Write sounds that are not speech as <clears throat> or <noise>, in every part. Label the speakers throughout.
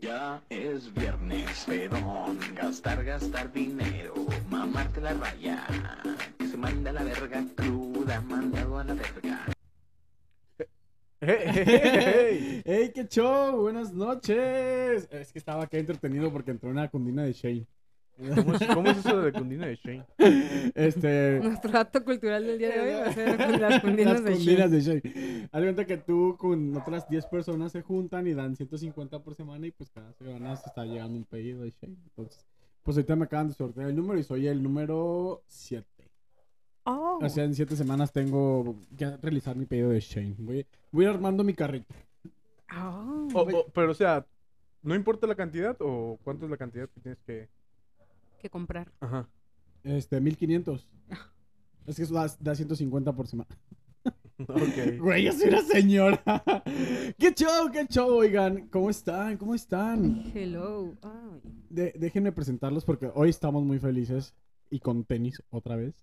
Speaker 1: Ya es viernes, pedón, gastar, gastar dinero, mamarte la raya, que se manda la verga cruda, mandado a la verga.
Speaker 2: <laughs> ¡Ey!
Speaker 3: ¡Ey, qué show! ¡Buenas noches! Es que estaba acá entretenido porque entró una cundina de Shane.
Speaker 2: ¿Cómo es, cómo es eso de la cundina de Shane?
Speaker 3: Este.
Speaker 4: <laughs> Nuestro acto cultural del día de hoy va a ser con las
Speaker 3: Las
Speaker 4: cundinas de
Speaker 3: cundinas
Speaker 4: Shane.
Speaker 3: de Shane. Haz de cuenta que tú con otras 10 personas se juntan y dan 150 por semana y pues cada semana se está llegando un pedido de Shane. Entonces, pues ahorita me acaban de sortear el número y soy el número 7.
Speaker 4: Oh.
Speaker 3: O sea, en 7 semanas tengo que realizar mi pedido de Shane. Voy, voy armando mi carrito.
Speaker 4: Oh.
Speaker 2: O- o- pero, o sea, ¿no importa la cantidad o cuánto es la cantidad que tienes que...?
Speaker 4: Que comprar.
Speaker 2: Ajá.
Speaker 3: Este, 1500.
Speaker 4: Ah.
Speaker 3: Es que eso da, da 150 por semana.
Speaker 2: Ok.
Speaker 3: Güey, yo soy una señora. <laughs> ¡Qué show, qué show! Oigan, ¿cómo están? ¿Cómo están?
Speaker 4: Hello. Ay.
Speaker 3: De- déjenme presentarlos porque hoy estamos muy felices y con tenis otra vez.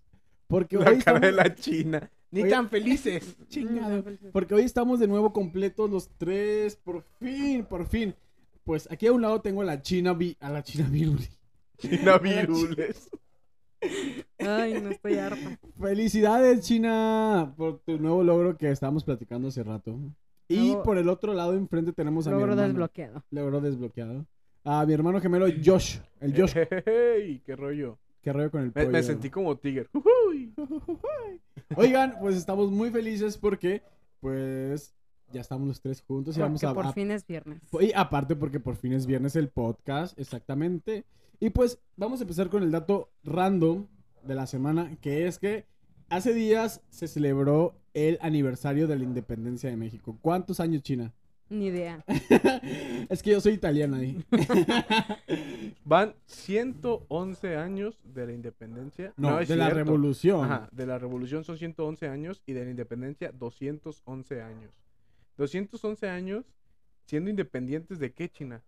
Speaker 3: Porque
Speaker 2: <laughs>
Speaker 3: hoy
Speaker 2: La cara
Speaker 3: estamos...
Speaker 2: de la china. ¡Ni
Speaker 3: Oye.
Speaker 2: tan felices!
Speaker 3: Chingado. Porque hoy estamos de nuevo completos los tres. Por fin, por fin. Pues aquí a un lado tengo a la China... Vi- a la China Viruli.
Speaker 2: <laughs> China virules.
Speaker 4: Ay, no estoy harta.
Speaker 3: Felicidades, China, por tu nuevo logro que estábamos platicando hace rato. Y
Speaker 4: Nuevo-
Speaker 3: por el otro lado, enfrente tenemos a mi
Speaker 4: Logro
Speaker 3: hermano.
Speaker 4: desbloqueado.
Speaker 3: Logro desbloqueado. A mi hermano gemelo Josh. El Josh
Speaker 2: <laughs> ¡Ey! ¡Qué rollo!
Speaker 3: que rollo con el
Speaker 2: Eh, Me,
Speaker 3: pollo.
Speaker 2: me sentí como Tiger. ¡Ujuy!
Speaker 3: Oigan, pues estamos muy felices porque, pues, ya estamos los tres juntos y vamos
Speaker 4: Porque
Speaker 3: a,
Speaker 4: por
Speaker 3: a-
Speaker 4: fin es viernes.
Speaker 3: Y aparte porque por fin es viernes el podcast, exactamente. Y pues vamos a empezar con el dato random de la semana, que es que hace días se celebró el aniversario de la independencia de México. ¿Cuántos años, China? <laughs>
Speaker 4: Ni idea.
Speaker 3: es que yo soy italiana ahí. <laughs>
Speaker 2: Van 111 años de la independencia.
Speaker 3: No, de
Speaker 2: es
Speaker 3: la
Speaker 2: cierto.
Speaker 3: revolución.
Speaker 2: Ajá, de la revolución son 111 años y de la independencia 211 años. 211 años siendo independientes de qué, China?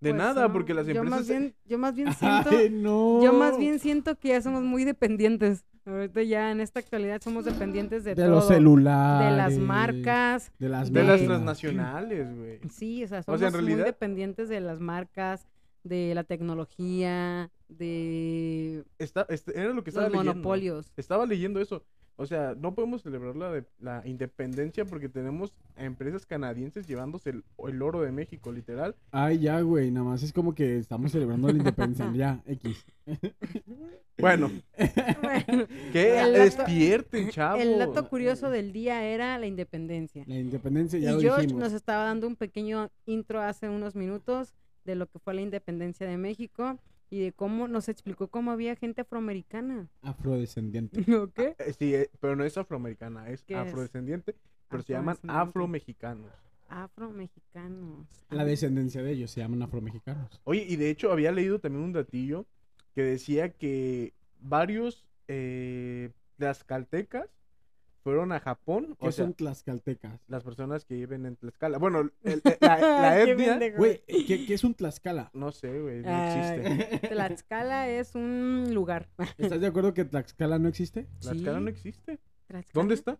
Speaker 2: De
Speaker 4: Pues,
Speaker 2: nada,
Speaker 4: no,
Speaker 2: porque las
Speaker 4: yo
Speaker 2: empresas...
Speaker 4: Más bien, yo más bien siento.
Speaker 3: Ay, no.
Speaker 4: Yo más bien siento que ya somos muy dependientes. Ahorita ya en esta actualidad somos dependientes de,
Speaker 3: de
Speaker 4: todo.
Speaker 3: los celulares.
Speaker 4: De las marcas.
Speaker 3: De las,
Speaker 2: De las
Speaker 4: de-
Speaker 2: transnacionales, güey.
Speaker 4: Sí, o sea,
Speaker 2: sea, en
Speaker 4: somos muy
Speaker 2: realidad-
Speaker 4: dependientes de las marcas, de la tecnología, de
Speaker 2: Está- este- era lo que estaba
Speaker 4: los
Speaker 2: leyendo.
Speaker 4: monopolios.
Speaker 2: Estaba leyendo eso. O sea, no podemos celebrar la, de- la independencia porque tenemos a empresas canadienses llevándose el, el oro de México, literal.
Speaker 3: Ay, ya, güey, nada más es como que estamos celebrando la independencia. Ya, X. <laughs>
Speaker 2: Bueno,
Speaker 4: <laughs> <laughs> Bueno,
Speaker 2: que
Speaker 4: El dato-
Speaker 2: despierten, chavos.
Speaker 4: <laughs> el dato curioso del día era la independencia.
Speaker 3: La independencia
Speaker 4: Y
Speaker 3: ya lo
Speaker 4: George
Speaker 3: dijimos.
Speaker 4: nos estaba dando un pequeño intro hace unos minutos de lo que fue la independencia de México y de cómo nos explicó cómo había gente afroamericana. <laughs>
Speaker 3: Afrodescendiente.
Speaker 4: ¿No qué?
Speaker 2: Eh, Sí, eh, pero no es afroamericana, es
Speaker 4: ¿Qué es?
Speaker 2: afrodescendiente, pero se llaman
Speaker 4: Afrodescendiente.
Speaker 2: afromexicanos.
Speaker 4: Afromexicanos.
Speaker 3: La
Speaker 4: <laughs>
Speaker 3: descendencia de ellos se llaman afromexicanos.
Speaker 2: Oye, y de hecho había leído también un datillo que decía que varios eh, tlaxcaltecas fueron a Japón,
Speaker 3: Que
Speaker 2: o sea,
Speaker 3: son tlaxcaltecas.
Speaker 2: las personas que viven en Tlaxcala. Bueno, el-
Speaker 3: <laughs>
Speaker 2: el- la, la
Speaker 4: Qué
Speaker 2: etnia,
Speaker 4: pendejo.
Speaker 3: Güey, ¿qué, qué es un tlaxcala?
Speaker 2: no sé, güey, no
Speaker 4: Ay.
Speaker 2: existe.
Speaker 4: Tlaxcala es un lugar.
Speaker 3: <laughs>
Speaker 4: <laughs>
Speaker 3: ¿Estás de acuerdo que tlaxcala no existe?
Speaker 2: Tlaxcala
Speaker 4: Sí.
Speaker 2: no existe.
Speaker 4: ¿Tlaxcala?
Speaker 2: ¿Dónde está?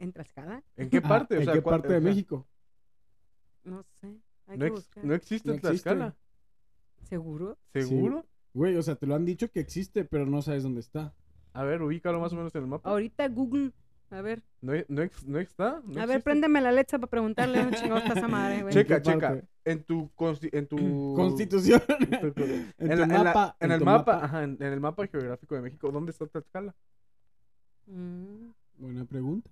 Speaker 4: ¿En Tlaxcala?
Speaker 2: ¿En qué
Speaker 3: Ah,
Speaker 2: parte? O
Speaker 3: ¿En
Speaker 2: sea,
Speaker 3: qué
Speaker 2: cuál-
Speaker 3: parte de
Speaker 2: o sea,
Speaker 3: México?
Speaker 4: No sé.
Speaker 2: No,
Speaker 4: Hay que
Speaker 2: ex-
Speaker 4: buscar.
Speaker 2: no existe
Speaker 3: No existe.
Speaker 2: Tlaxcala.
Speaker 4: ¿Seguro?
Speaker 2: ¿Seguro?
Speaker 3: Güey, o sea, te lo han dicho que existe, pero no sabes dónde está.
Speaker 2: A ver, ubícalo más o menos en el mapa.
Speaker 4: Ahorita Google. A ver.
Speaker 2: No, no, ex- no está. no
Speaker 4: a ver,
Speaker 2: existe.
Speaker 4: préndeme la lecha para preguntarle dónde chingados está esa madre, güey.
Speaker 3: Check.
Speaker 2: Checa,
Speaker 3: ¿En qué
Speaker 2: checa.
Speaker 3: parte?
Speaker 2: En tu. consti- En tu.
Speaker 3: <clears throat> Constitución.
Speaker 2: Uh, En,
Speaker 3: <laughs> en,
Speaker 2: la-
Speaker 3: tu
Speaker 2: en la-
Speaker 3: mapa.
Speaker 2: en el
Speaker 3: tu
Speaker 2: mapa, ajá, en, en el mapa geográfico de México, ¿dónde está Tlaxcala?
Speaker 4: Mm,
Speaker 3: Buena pregunta.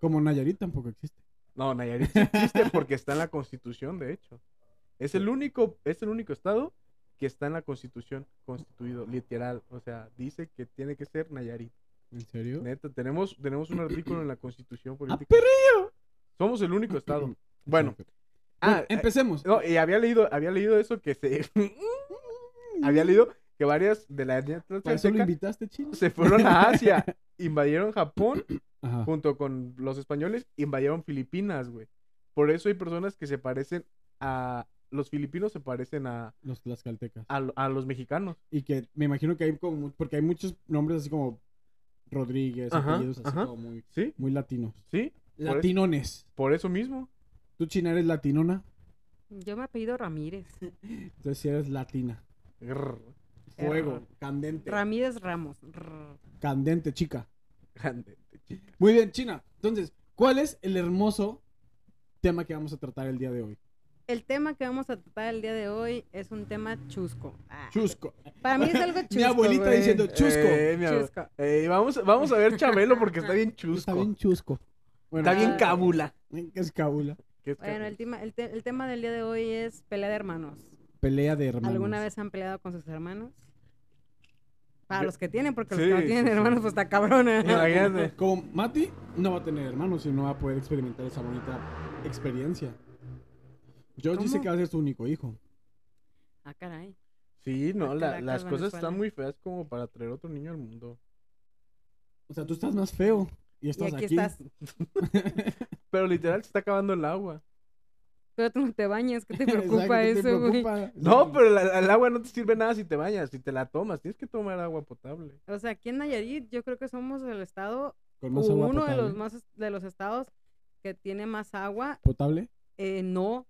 Speaker 3: Como Nayarit tampoco existe.
Speaker 2: No, Nayarit sí
Speaker 3: <laughs>
Speaker 2: existe porque está en la Constitución, de hecho. Es el único, es el único estado que está en la Constitución constituido, literal. O sea, dice que tiene que ser Nayarit.
Speaker 3: ¿En serio?
Speaker 2: Neta, tenemos, tenemos un artículo en la Constitución
Speaker 3: ¡Ah,
Speaker 2: política.
Speaker 3: perrillo!
Speaker 2: Somos el único
Speaker 3: <clears throat>
Speaker 2: estado. Bueno,
Speaker 3: Ah,
Speaker 2: ah,
Speaker 3: empecemos.
Speaker 2: No, y había leído, había leído eso que se. <laughs> había leído que varias de la etnia
Speaker 3: ¿Para eso lo
Speaker 2: tlaxcalteca
Speaker 3: invitaste, chino?
Speaker 2: se fueron a
Speaker 3: <laughs>
Speaker 2: Asia, invadieron Japón
Speaker 3: Ajá.
Speaker 2: junto con los españoles, invadieron Filipinas, güey. Por eso hay personas que se parecen a. Los filipinos se parecen a,
Speaker 3: Los tlaxcaltecas.
Speaker 2: a, a los mexicanos.
Speaker 3: Y que me imagino que hay como. mu- Porque hay muchos nombres así como Rodríguez,
Speaker 2: Ajá,
Speaker 3: apellidos así
Speaker 2: ajá.
Speaker 3: como muy,
Speaker 2: ¿Sí?
Speaker 3: muy latinos.
Speaker 2: ¿Sí? Por eso-
Speaker 3: Latinones.
Speaker 2: Por eso mismo.
Speaker 3: ¿Tú, China, eres latinona?
Speaker 4: Yo me apellido Ramírez.
Speaker 3: Entonces si eres latina.
Speaker 2: Grrr,
Speaker 3: Fuego,
Speaker 4: Error.
Speaker 3: candente.
Speaker 4: Ramírez Ramos. Rrr.
Speaker 3: Candente, chica.
Speaker 2: grande, chica.
Speaker 3: Muy bien, China. Entonces, ¿cuál es el hermoso tema que vamos a tratar el día de hoy?
Speaker 4: El tema que vamos a tratar el día de hoy es un tema chusco. Ah,
Speaker 3: Chusco.
Speaker 4: Para mí es algo chusco.
Speaker 3: Mi abuelita
Speaker 4: güey.
Speaker 3: diciendo chusco.
Speaker 2: Eh, mi abue-
Speaker 4: Chusco.
Speaker 2: eh, vamos, vamos a ver Chabelo porque está bien chusco.
Speaker 3: Está bien chusco. Bueno,
Speaker 2: Está bien
Speaker 4: Ah.
Speaker 2: cábula.
Speaker 3: ¿qué es cabula?
Speaker 2: ¿Qué es
Speaker 4: Bueno,
Speaker 2: cábula?
Speaker 4: el tema, el, te- el tema del día de hoy es pelea de hermanos.
Speaker 3: Pelea de hermanos.
Speaker 4: ¿Alguna vez han peleado con sus hermanos? Para
Speaker 2: Yo-
Speaker 4: los que tienen, porque
Speaker 2: Sí,
Speaker 4: los que no
Speaker 2: sí,
Speaker 4: tienen
Speaker 2: sí.
Speaker 4: hermanos, pues está cabrona.
Speaker 2: Imagínate.
Speaker 3: Como Mati no va a tener hermanos y no va a poder experimentar esa bonita experiencia. George dice
Speaker 4: ¿Cómo?
Speaker 3: que va a ser su único hijo.
Speaker 4: Ah, caray.
Speaker 2: Sí, no, la-
Speaker 4: Caracas,
Speaker 2: las cosas
Speaker 4: Venezuela.
Speaker 2: están muy feas como para traer otro niño al mundo.
Speaker 3: O sea, tú estás más feo y
Speaker 4: Y
Speaker 3: estás
Speaker 4: aquí,
Speaker 3: aquí.
Speaker 4: estás.
Speaker 2: Pero literal se está acabando el agua.
Speaker 4: Pero tú no te bañas, ¿qué
Speaker 3: <laughs>
Speaker 4: te
Speaker 3: Exacto,
Speaker 4: preocupa
Speaker 3: ¿qué te
Speaker 4: eso, güey?
Speaker 3: preocupa?
Speaker 2: No,
Speaker 3: Exacto.
Speaker 2: pero la- la- el agua no te sirve nada si te bañas, si te la tomas. Tienes que tomar agua potable.
Speaker 4: O sea, aquí en Nayarit, yo creo que somos el estado,
Speaker 3: Con más agua
Speaker 4: uno de
Speaker 3: potable.
Speaker 4: los más de los estados que tiene más agua.
Speaker 3: ¿Potable?
Speaker 4: Eh, no,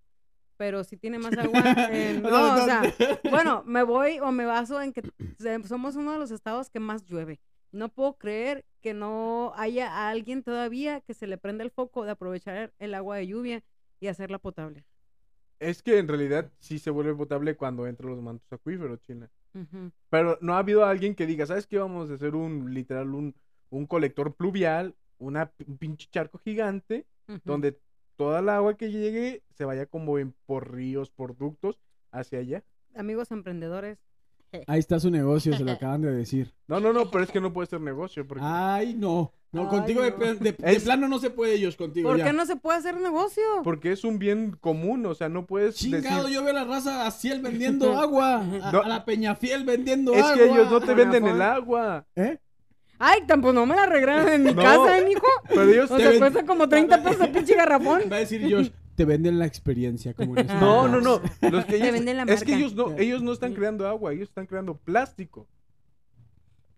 Speaker 4: pero sí tiene más agua. <laughs> eh,
Speaker 3: <laughs>
Speaker 4: no, o sea, bueno, me voy o me baso en <clears throat> que se- somos uno de los estados que más llueve. No puedo creer que no haya a alguien todavía que se le prenda el foco de aprovechar el agua de lluvia y hacerla potable.
Speaker 2: Es que en realidad sí se vuelve potable cuando entran los mantos acuíferos, China.
Speaker 4: Ujú.
Speaker 2: Pero no ha habido alguien que diga, ¿sabes qué? Vamos a hacer un, literal, un, un colector pluvial, una, pi- un pinche charco gigante,
Speaker 4: Ujú.
Speaker 2: donde toda el agua que llegue se vaya como en, por ríos, por ductos, hacia allá.
Speaker 4: Amigos emprendedores,
Speaker 3: Ahí está su negocio, se lo acaban de
Speaker 4: <laughs>
Speaker 3: decir.
Speaker 2: No, no, no, pero es que no puede ser negocio. Porque...
Speaker 4: Ah.
Speaker 3: Ay, no. No,
Speaker 4: Ay,
Speaker 3: contigo de
Speaker 4: no.
Speaker 3: plan- De, de
Speaker 2: Es-
Speaker 3: plano no se puede, Josh, contigo.
Speaker 4: ¿por
Speaker 3: ya.
Speaker 4: qué no se puede hacer negocio?
Speaker 2: Porque es un bien común, o sea, no puedes
Speaker 3: Chingado,
Speaker 2: decir...
Speaker 3: yo veo a la raza a Ciel
Speaker 2: <laughs>
Speaker 3: vendiendo agua. A,
Speaker 2: No.
Speaker 3: a la Peñafiel vendiendo
Speaker 2: Es
Speaker 3: agua.
Speaker 2: que
Speaker 3: <laughs>
Speaker 2: ellos no te
Speaker 4: Con
Speaker 2: venden
Speaker 4: afán.
Speaker 2: el agua,
Speaker 3: ¿Eh?
Speaker 4: Ay, tampoco no me la regalan en mi
Speaker 2: No.
Speaker 4: casa, ¿eh, mijo?
Speaker 2: pero <laughs> ellos
Speaker 4: O
Speaker 2: te
Speaker 4: sea,
Speaker 3: ven-
Speaker 4: cuesta como 30 pesos el pinche garrafón.
Speaker 3: Va a decir Josh, te venden la experiencia
Speaker 2: <laughs>
Speaker 3: como en
Speaker 2: No, no,
Speaker 3: Starbucks.
Speaker 4: <laughs>
Speaker 2: no. Los que
Speaker 4: Te
Speaker 2: ellos-
Speaker 4: venden la
Speaker 2: es que
Speaker 4: marca.
Speaker 2: ellos no, ellos no están creando agua, ellos están creando plástico.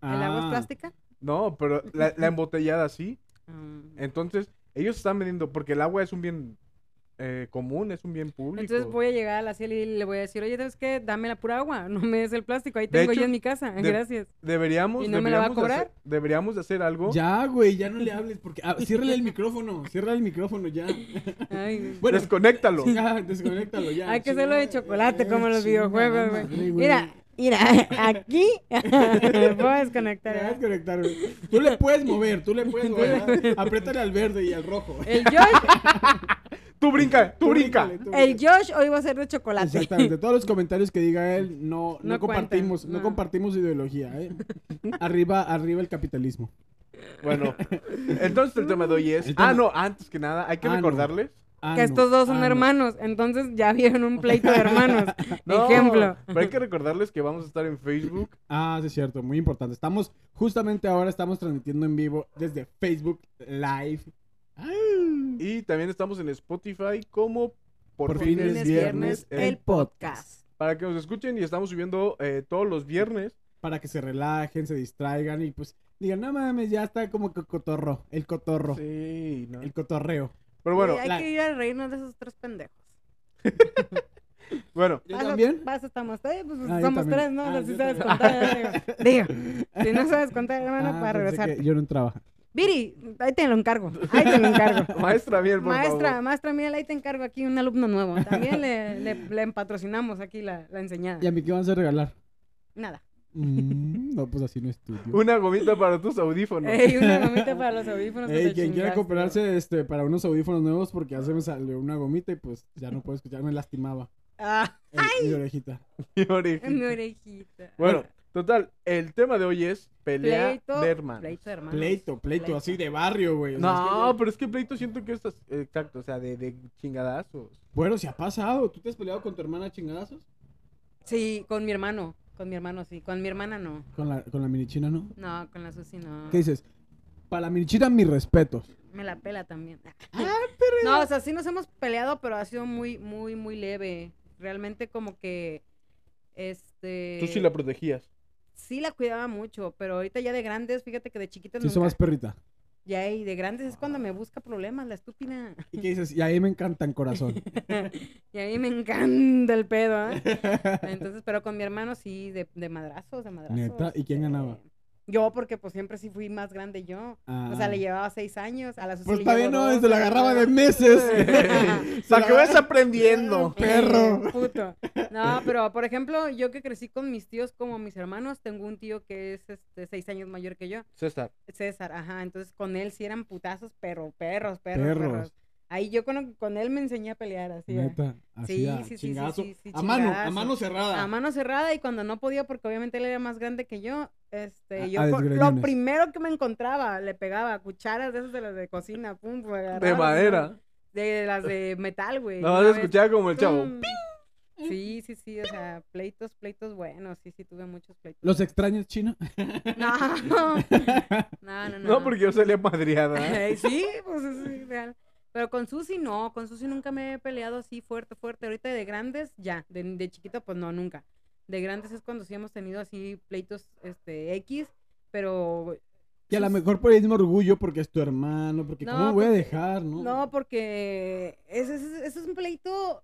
Speaker 4: ¿El agua es
Speaker 3: Ah,
Speaker 4: plástica?
Speaker 2: No, pero la, la embotellada sí.
Speaker 4: Mm.
Speaker 2: Entonces, ellos están vendiendo, porque el agua es un bien eh, común, es un bien público.
Speaker 4: Entonces voy a llegar a la Ciel y le voy a decir, oye, ¿sabes qué? Dame la pura agua, no me des el plástico, ahí
Speaker 2: De
Speaker 4: tengo
Speaker 2: hecho,
Speaker 4: yo en mi casa,
Speaker 2: de-
Speaker 4: gracias.
Speaker 2: Deberíamos,
Speaker 4: ¿Y no me la va a
Speaker 2: deberíamos, de hacer, deberíamos de hacer algo.
Speaker 3: Ya, güey, ya no le hables porque ah, ciérrale el micrófono, cierra el micrófono ya.
Speaker 4: Ay, güey.
Speaker 3: Bueno,
Speaker 2: Desconéctalo.
Speaker 3: ya, desconéctalo ya.
Speaker 4: Hay que hacerlo de chocolate como en los
Speaker 3: Chingada
Speaker 4: videojuegos, güey.
Speaker 3: madre,
Speaker 4: Mira, mira, <laughs> aquí puedo desconectar.
Speaker 3: Te vas a
Speaker 4: ¿verdad?
Speaker 3: desconectar, güey. Tú le puedes mover, tú le
Speaker 4: <laughs>
Speaker 3: puedes mover. ¿verdad? Apriétale al verde y al rojo.
Speaker 4: El Josh,
Speaker 2: Tú brinca, tú brinca.
Speaker 3: bríncale, tú
Speaker 4: el
Speaker 3: bríncale.
Speaker 4: Josh hoy va a ser de chocolate.
Speaker 3: Exactamente, todos
Speaker 4: <laughs>
Speaker 3: los comentarios que diga él no, no,
Speaker 4: No cuentan,
Speaker 3: compartimos, no.
Speaker 4: no.
Speaker 3: compartimos ideología,
Speaker 4: <laughs>
Speaker 3: ¿eh? Arriba, arriba el capitalismo.
Speaker 2: Bueno, entonces el tema de hoy es...
Speaker 3: El tema-
Speaker 2: Ah, no, antes que nada, hay que
Speaker 3: Ah, no.
Speaker 2: recordarles...
Speaker 3: Ah,
Speaker 4: Que
Speaker 3: no,
Speaker 4: estos dos
Speaker 3: ah,
Speaker 4: son
Speaker 3: no.
Speaker 4: hermanos, entonces ya vieron un pleito de hermanos.
Speaker 2: No,
Speaker 4: Ejemplo.
Speaker 2: Pero hay que recordarles que vamos a estar en Facebook.
Speaker 3: Ah, sí es cierto, muy importante. Estamos, justamente ahora estamos transmitiendo en vivo desde Facebook Live. Ay.
Speaker 2: Y también estamos en Spotify como por,
Speaker 3: Por
Speaker 2: fin,
Speaker 3: fin
Speaker 2: es
Speaker 3: es
Speaker 2: viernes.
Speaker 3: viernes,
Speaker 2: el-
Speaker 4: el podcast.
Speaker 2: Para que nos escuchen y estamos subiendo eh, todos los viernes.
Speaker 3: Para que se relajen, se distraigan y pues digan, no mames, ya está como que cotorro, el cotorro,
Speaker 2: Sí, ¿no?
Speaker 3: el cotorreo.
Speaker 2: Pero bueno,
Speaker 4: Sí, hay
Speaker 3: la-
Speaker 4: que ir a reírnos de esos tres pendejos.
Speaker 2: bueno,
Speaker 3: Yo
Speaker 4: Vas a-
Speaker 3: también.
Speaker 4: vas a- estamos, eh, pues,
Speaker 3: Ah, yo
Speaker 4: somos
Speaker 3: también.
Speaker 4: tres, ¿no?
Speaker 3: Ah,
Speaker 4: Así
Speaker 3: yo
Speaker 4: sabes
Speaker 3: también. <laughs>
Speaker 4: contar. Digo, si no sabes contar, hermano,
Speaker 3: Ah,
Speaker 4: para
Speaker 3: pensé
Speaker 4: regresar.
Speaker 3: que yo no entraba.
Speaker 4: Viri, ahí te lo encargo, ahí te lo
Speaker 3: <laughs>
Speaker 4: encargo.
Speaker 2: maestra Miel, por
Speaker 4: maestra,
Speaker 2: favor.
Speaker 4: maestra Miel, ahí te encargo aquí un alumno nuevo. También le, le, le patrocinamos aquí la, la enseñada.
Speaker 3: ¿Y a mí qué vas a regalar?
Speaker 4: Nada.
Speaker 3: Mm, no, pues así no
Speaker 4: <laughs>
Speaker 3: estudio.
Speaker 2: Una gomita para tus audífonos.
Speaker 4: Ey, una gomita para los audífonos. que
Speaker 3: Ey,
Speaker 4: pues te
Speaker 3: quien quiera
Speaker 4: chingaste.
Speaker 3: comprarse este, para unos audífonos nuevos porque ya se me salió una gomita y pues ya no puedo escuchar, me lastimaba
Speaker 4: Ah, <laughs>
Speaker 3: el- mi orejita.
Speaker 2: Mi oreja.
Speaker 4: mi orejita.
Speaker 2: Bueno, total, el tema de hoy es pelea
Speaker 4: pleito,
Speaker 2: de hermanos.
Speaker 4: pleito de hermanos.
Speaker 3: Pleito, pleito, así de barrio, güey. o sea, es que
Speaker 2: No,
Speaker 3: yo-
Speaker 2: pero es que pleito siento que es as- exacto, o sea, de, de chingadazos.
Speaker 3: Bueno, se ha pasado. ¿Tú te has peleado con tu hermana a chingadazos?
Speaker 4: Sí, con mi hermano. Con mi hermano, sí. Con mi hermana, no.
Speaker 3: Con la, con la minichina, ¿no?
Speaker 4: No, con la Susi, no.
Speaker 3: ¿Qué dices? Para la minichina, mis respetos.
Speaker 4: Me la pela también. <laughs> No, o sea, sí nos hemos peleado, pero ha sido muy, muy, muy leve. Realmente como que, este...
Speaker 2: Tú sí la protegías.
Speaker 4: sí la cuidaba mucho, pero ahorita ya de grandes, fíjate que de chiquitas
Speaker 3: Sí,
Speaker 4: nunca.
Speaker 3: somos perrita.
Speaker 4: Y ahí de grandes es cuando me busca problemas, la estúpida. <laughs>
Speaker 3: ¿Y qué dices? Y ahí me encantan, corazón.
Speaker 4: y a mí me encanta el
Speaker 3: <laughs>
Speaker 4: pedo, ¿eh? Entonces, pero con mi hermano sí, de, de madrazos, de madrazos.
Speaker 3: ¿Neta? ¿Y quién
Speaker 4: este,
Speaker 3: ganaba?
Speaker 4: Yo, porque pues siempre sí fui más grande yo. O sea,
Speaker 3: Ah.
Speaker 4: le llevaba seis años, a la Susi
Speaker 3: Pues
Speaker 4: le
Speaker 3: está bien,
Speaker 4: llevo
Speaker 3: no,
Speaker 4: dos,
Speaker 3: se lo
Speaker 4: a la
Speaker 3: agarraba
Speaker 4: <laughs>
Speaker 3: de
Speaker 4: Barbie.
Speaker 3: meses. <laughs>
Speaker 4: <laughs>
Speaker 2: Para que vayas aprendiendo.
Speaker 3: perro.
Speaker 4: Eh, puto. No, pero por ejemplo, yo que crecí con mis tíos como mis hermanos, tengo un tío que es este, seis años mayor que yo.
Speaker 2: César.
Speaker 4: César, ajá. Entonces con él sí eran putazos, pero perros, perros,
Speaker 3: Perros.
Speaker 4: perros. Ahí yo con, con él me enseñé a pelear así. ¿eh?
Speaker 3: Neta, así
Speaker 4: Sí,
Speaker 3: a
Speaker 4: sí, sí, sí,
Speaker 3: chingazo.
Speaker 4: sí, sí,
Speaker 3: a mano, a
Speaker 4: chingazo.
Speaker 3: mano cerrada.
Speaker 4: A mano cerrada y cuando no podía, porque obviamente él era más grande que yo, este,
Speaker 3: A-
Speaker 4: yo
Speaker 3: a
Speaker 4: co- lo
Speaker 3: desgreñones.
Speaker 4: primero que me encontraba, le pegaba cucharas de esas de las de cocina, pum, pum, agarraba
Speaker 2: De
Speaker 4: las
Speaker 2: madera.
Speaker 4: De las de metal, güey.
Speaker 2: Nada
Speaker 4: Una
Speaker 2: más
Speaker 4: vez, Mm,
Speaker 2: escuchaba como el chavo.
Speaker 4: tum. Sí, sí, sí, o sea, pleitos, pleitos buenos, sí, sí, tuve muchos pleitos.
Speaker 3: ¿Los
Speaker 4: buenos.
Speaker 3: extrañas, China?
Speaker 2: <laughs>
Speaker 4: No, no, no, no.
Speaker 2: No, porque yo salía
Speaker 4: <laughs>
Speaker 2: madriada.
Speaker 4: Ay, sí, pues es real. Pero con Susi no, con Susi nunca me he peleado así fuerte, fuerte. Ahorita de grandes, ya. De, de chiquito, pues no, nunca. De grandes es cuando sí hemos tenido así pleitos este, X, pero
Speaker 3: Que a lo mejor por el mismo orgullo, porque es tu hermano, porque
Speaker 4: No,
Speaker 3: ¿cómo voy a
Speaker 4: porque-
Speaker 3: dejar, no?
Speaker 4: no, pues. porque ese ese- ese es un pleito.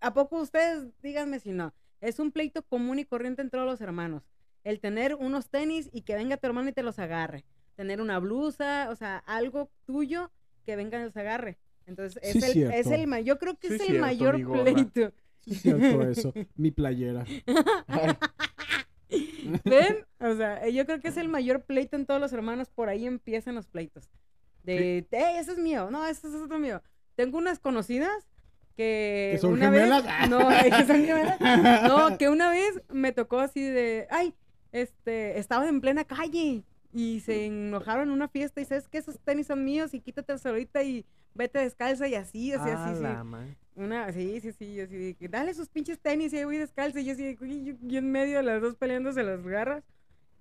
Speaker 4: ¿A poco ustedes, díganme si no? Es un pleito común y corriente entre todos los hermanos. El tener unos tenis y que venga tu hermano y te los agarre. Tener una blusa, o sea, algo tuyo que venga y los agarre. Entonces, es,
Speaker 3: Sí,
Speaker 4: el, es
Speaker 3: cierto.
Speaker 4: el ma- yo creo que
Speaker 2: Sí,
Speaker 4: es el
Speaker 2: cierto,
Speaker 4: mayor
Speaker 2: mi gorra.
Speaker 4: pleito.
Speaker 3: Sí, es cierto eso. Mi
Speaker 4: <laughs>
Speaker 3: playera.
Speaker 4: ¿Ven? O sea, eh, yo creo que es el mayor pleito en todos los hermanos. Por ahí empiezan los pleitos. De, "Ey, ese es mío. No, ese es otro mío. Tengo unas conocidas que.
Speaker 3: ¿Que son
Speaker 4: Eh, una vez-
Speaker 3: gemelas? <laughs>
Speaker 4: no, <laughs> eh, que son gemelas. No, que una vez me tocó así de, ay, este, estaba en plena calle y se enojaron en una fiesta y sabes que esos tenis son míos y quítatelos ahorita y vete descalza y así, así,
Speaker 2: Ah,
Speaker 4: así,
Speaker 2: la
Speaker 4: sí.
Speaker 2: man.
Speaker 4: Una, sí, sí, sí, yo así, de que, dale sus pinches tenis y ahí voy descalza y yo así, de, "Uy, yo, yo en medio de las dos peleándose las garras.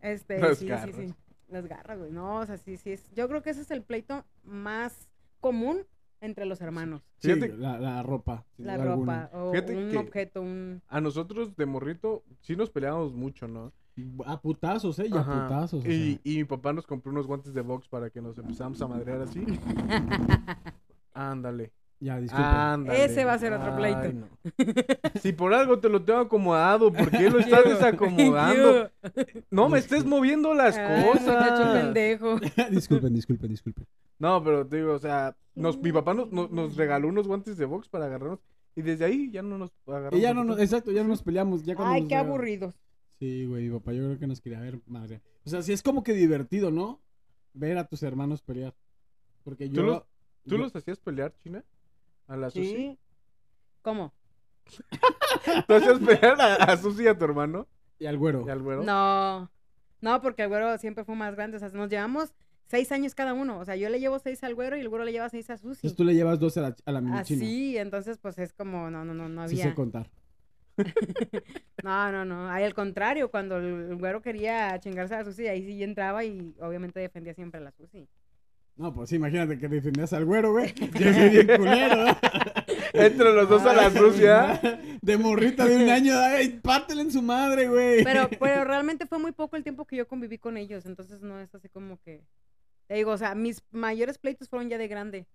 Speaker 4: Este,
Speaker 2: Las
Speaker 4: sí,
Speaker 2: garras.
Speaker 4: sí, sí, las garras, güey. No, o sea, sí, sí, es, yo creo que ese es el pleito más común entre los hermanos.
Speaker 3: Sí,
Speaker 2: Fíjate-
Speaker 3: la, la ropa. sin
Speaker 4: La
Speaker 3: duda
Speaker 4: ropa
Speaker 3: alguna.
Speaker 4: o
Speaker 2: Fíjate
Speaker 4: un
Speaker 2: que- <laughs>
Speaker 4: objeto, un...
Speaker 2: A nosotros de morrito sí nos peleábamos mucho, ¿no?
Speaker 3: A putazos, ¿eh? Y a
Speaker 2: Ajá.
Speaker 3: putazos. o
Speaker 2: Y,
Speaker 3: sea.
Speaker 2: y mi papá nos compró unos guantes de box para que nos empezáramos a madrear
Speaker 3: <laughs>
Speaker 2: así. Ándale.
Speaker 3: Ya, disculpa.
Speaker 2: Ándale.
Speaker 4: Ese va a ser otro pleito.
Speaker 2: Ay, no. Si por algo te lo tengo acomodado, ¿por qué
Speaker 4: <laughs>
Speaker 2: lo estás desacomodando? No me estés moviendo las
Speaker 4: Ay, <laughs> muchacho
Speaker 2: cosas.
Speaker 4: ah, pendejo.
Speaker 3: <laughs> disculpen, disculpen, disculpen.
Speaker 2: No, pero te digo, o sea, nos, mi papá nos, nos, nos regaló unos guantes de box para agarrarnos. Y desde ahí ya no nos agarramos.
Speaker 3: Y ya
Speaker 2: a
Speaker 3: no, nos-
Speaker 2: putazos.
Speaker 3: exacto, ya no nos peleamos. Ya cuando
Speaker 4: Ay,
Speaker 3: nos
Speaker 4: qué
Speaker 3: regalan.
Speaker 4: aburridos.
Speaker 3: Sí, güey, mi papá yo creo que nos quería ver madre. O sea, sí es como que divertido, ¿no? Ver a tus hermanos pelear. Porque yo...
Speaker 2: los- ¿Tú
Speaker 3: yo-
Speaker 2: los hacías pelear, China? A la Susi.
Speaker 4: Sí. ¿Cómo?
Speaker 2: ¿Tú hacías pelear a, a Susi y a tu hermano?
Speaker 3: Y al güero.
Speaker 2: ¿Y al güero?
Speaker 4: No. No, porque el güero siempre fue más grande. O sea, nos llevamos seis años cada uno. O sea, yo le llevo seis al güero y el güero le lleva seis a Susi.
Speaker 3: Entonces tú le llevas dos a la, a la mini china.
Speaker 4: Así, Ah, entonces pues es como, no, no, no, no
Speaker 3: Sí sé
Speaker 4: había.
Speaker 3: contar.
Speaker 4: No, no, no. Ay, al contrario, cuando el güero quería chingarse a la Susi, ahí sí entraba y obviamente defendía siempre a
Speaker 3: <laughs>
Speaker 4: la Susi.
Speaker 3: No, pues imagínate que defendías al güero, güey. Yo soy bien culero, ¿eh?
Speaker 2: <laughs> Entre los dos a la
Speaker 4: Ay,
Speaker 2: Susi, ¿ah?
Speaker 3: <laughs> De morrita de un año, ay, pártela en su madre, güey.
Speaker 4: Pero,
Speaker 3: <laughs>
Speaker 4: pues, pero realmente fue muy poco el tiempo que yo conviví con ellos, entonces no es así como que... Te digo, o sea, mis mayores pleitos fueron ya de grande.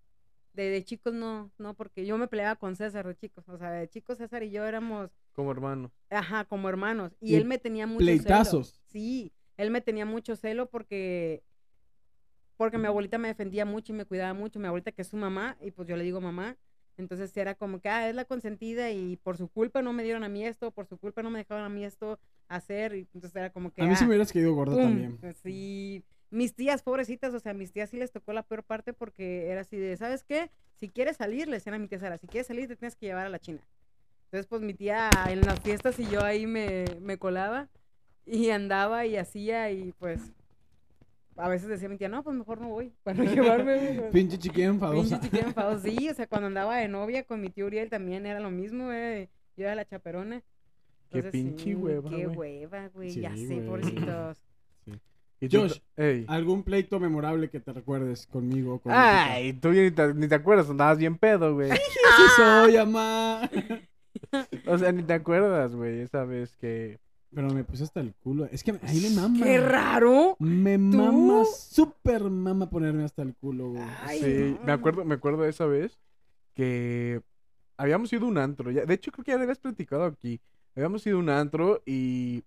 Speaker 4: De, de chicos no, no, porque yo me peleaba con César de chicos. O sea, de chicos César y yo éramos,
Speaker 2: Como hermano.
Speaker 4: ajá, como hermanos. Y,
Speaker 3: Y
Speaker 4: él me tenía mucho
Speaker 3: pleitazos.
Speaker 4: celo. Sí, él me tenía mucho celo porque... Porque mi abuelita me defendía mucho y me cuidaba mucho. Mi abuelita que es su mamá, y pues yo le digo mamá. Entonces sí era como que, ah, es la consentida y por su culpa no me dieron a mí esto, por su culpa no me dejaron a mí esto hacer. Y entonces era como que...
Speaker 3: A mí sí
Speaker 4: ah,
Speaker 3: me hubieras caído gorda
Speaker 4: Pum,
Speaker 3: también.
Speaker 4: Así. Mis tías, pobrecitas, o sea, mis tías sí les tocó la peor parte porque era así de, ¿sabes qué? Si quieres salir, le decían a mi tía Sara, si quieres salir te tienes que llevar a la China. Entonces, pues mi tía en las fiestas y yo ahí me, me colaba y andaba y hacía y pues a veces decía mi tía, no, pues mejor no voy <laughs>
Speaker 3: <laughs>
Speaker 4: para no llevarme. güey".
Speaker 3: Pinche chiquilla
Speaker 4: Pinche
Speaker 3: enfadosa.
Speaker 4: chiquilla enfadada, sí, o sea, cuando andaba de novia con mi tío Uriel también era lo mismo, eh, yo era la chaperona.
Speaker 2: Qué pinche
Speaker 4: sí,
Speaker 2: hueva,
Speaker 4: Qué
Speaker 2: güey.
Speaker 4: hueva, güey,
Speaker 3: Sí,
Speaker 4: ya sé,
Speaker 3: güey.
Speaker 4: pobrecitos.
Speaker 2: ¿Y tú-
Speaker 3: Josh. Ah,
Speaker 2: Ey.
Speaker 3: ¿Algún pleito memorable que te recuerdes conmigo? o Con
Speaker 2: Ay, tú ya ni te, ni te acuerdas, andabas bien pedo, güey.
Speaker 3: ¿qué sí soy, mamá?
Speaker 2: O sea, ni te acuerdas, güey, esa vez que
Speaker 3: <laughs> Pero me puse hasta el culo. Es que ahí me mama.
Speaker 4: ¡Qué raro!
Speaker 3: Me mama, súper mama ponerme hasta el culo, güey.
Speaker 4: Ay,
Speaker 2: sí,
Speaker 4: no.
Speaker 2: me acuerdo, me acuerdo de esa vez que habíamos ido a un antro. ya- de hecho, creo que ya le habías platicado aquí. Habíamos ido a un antro y.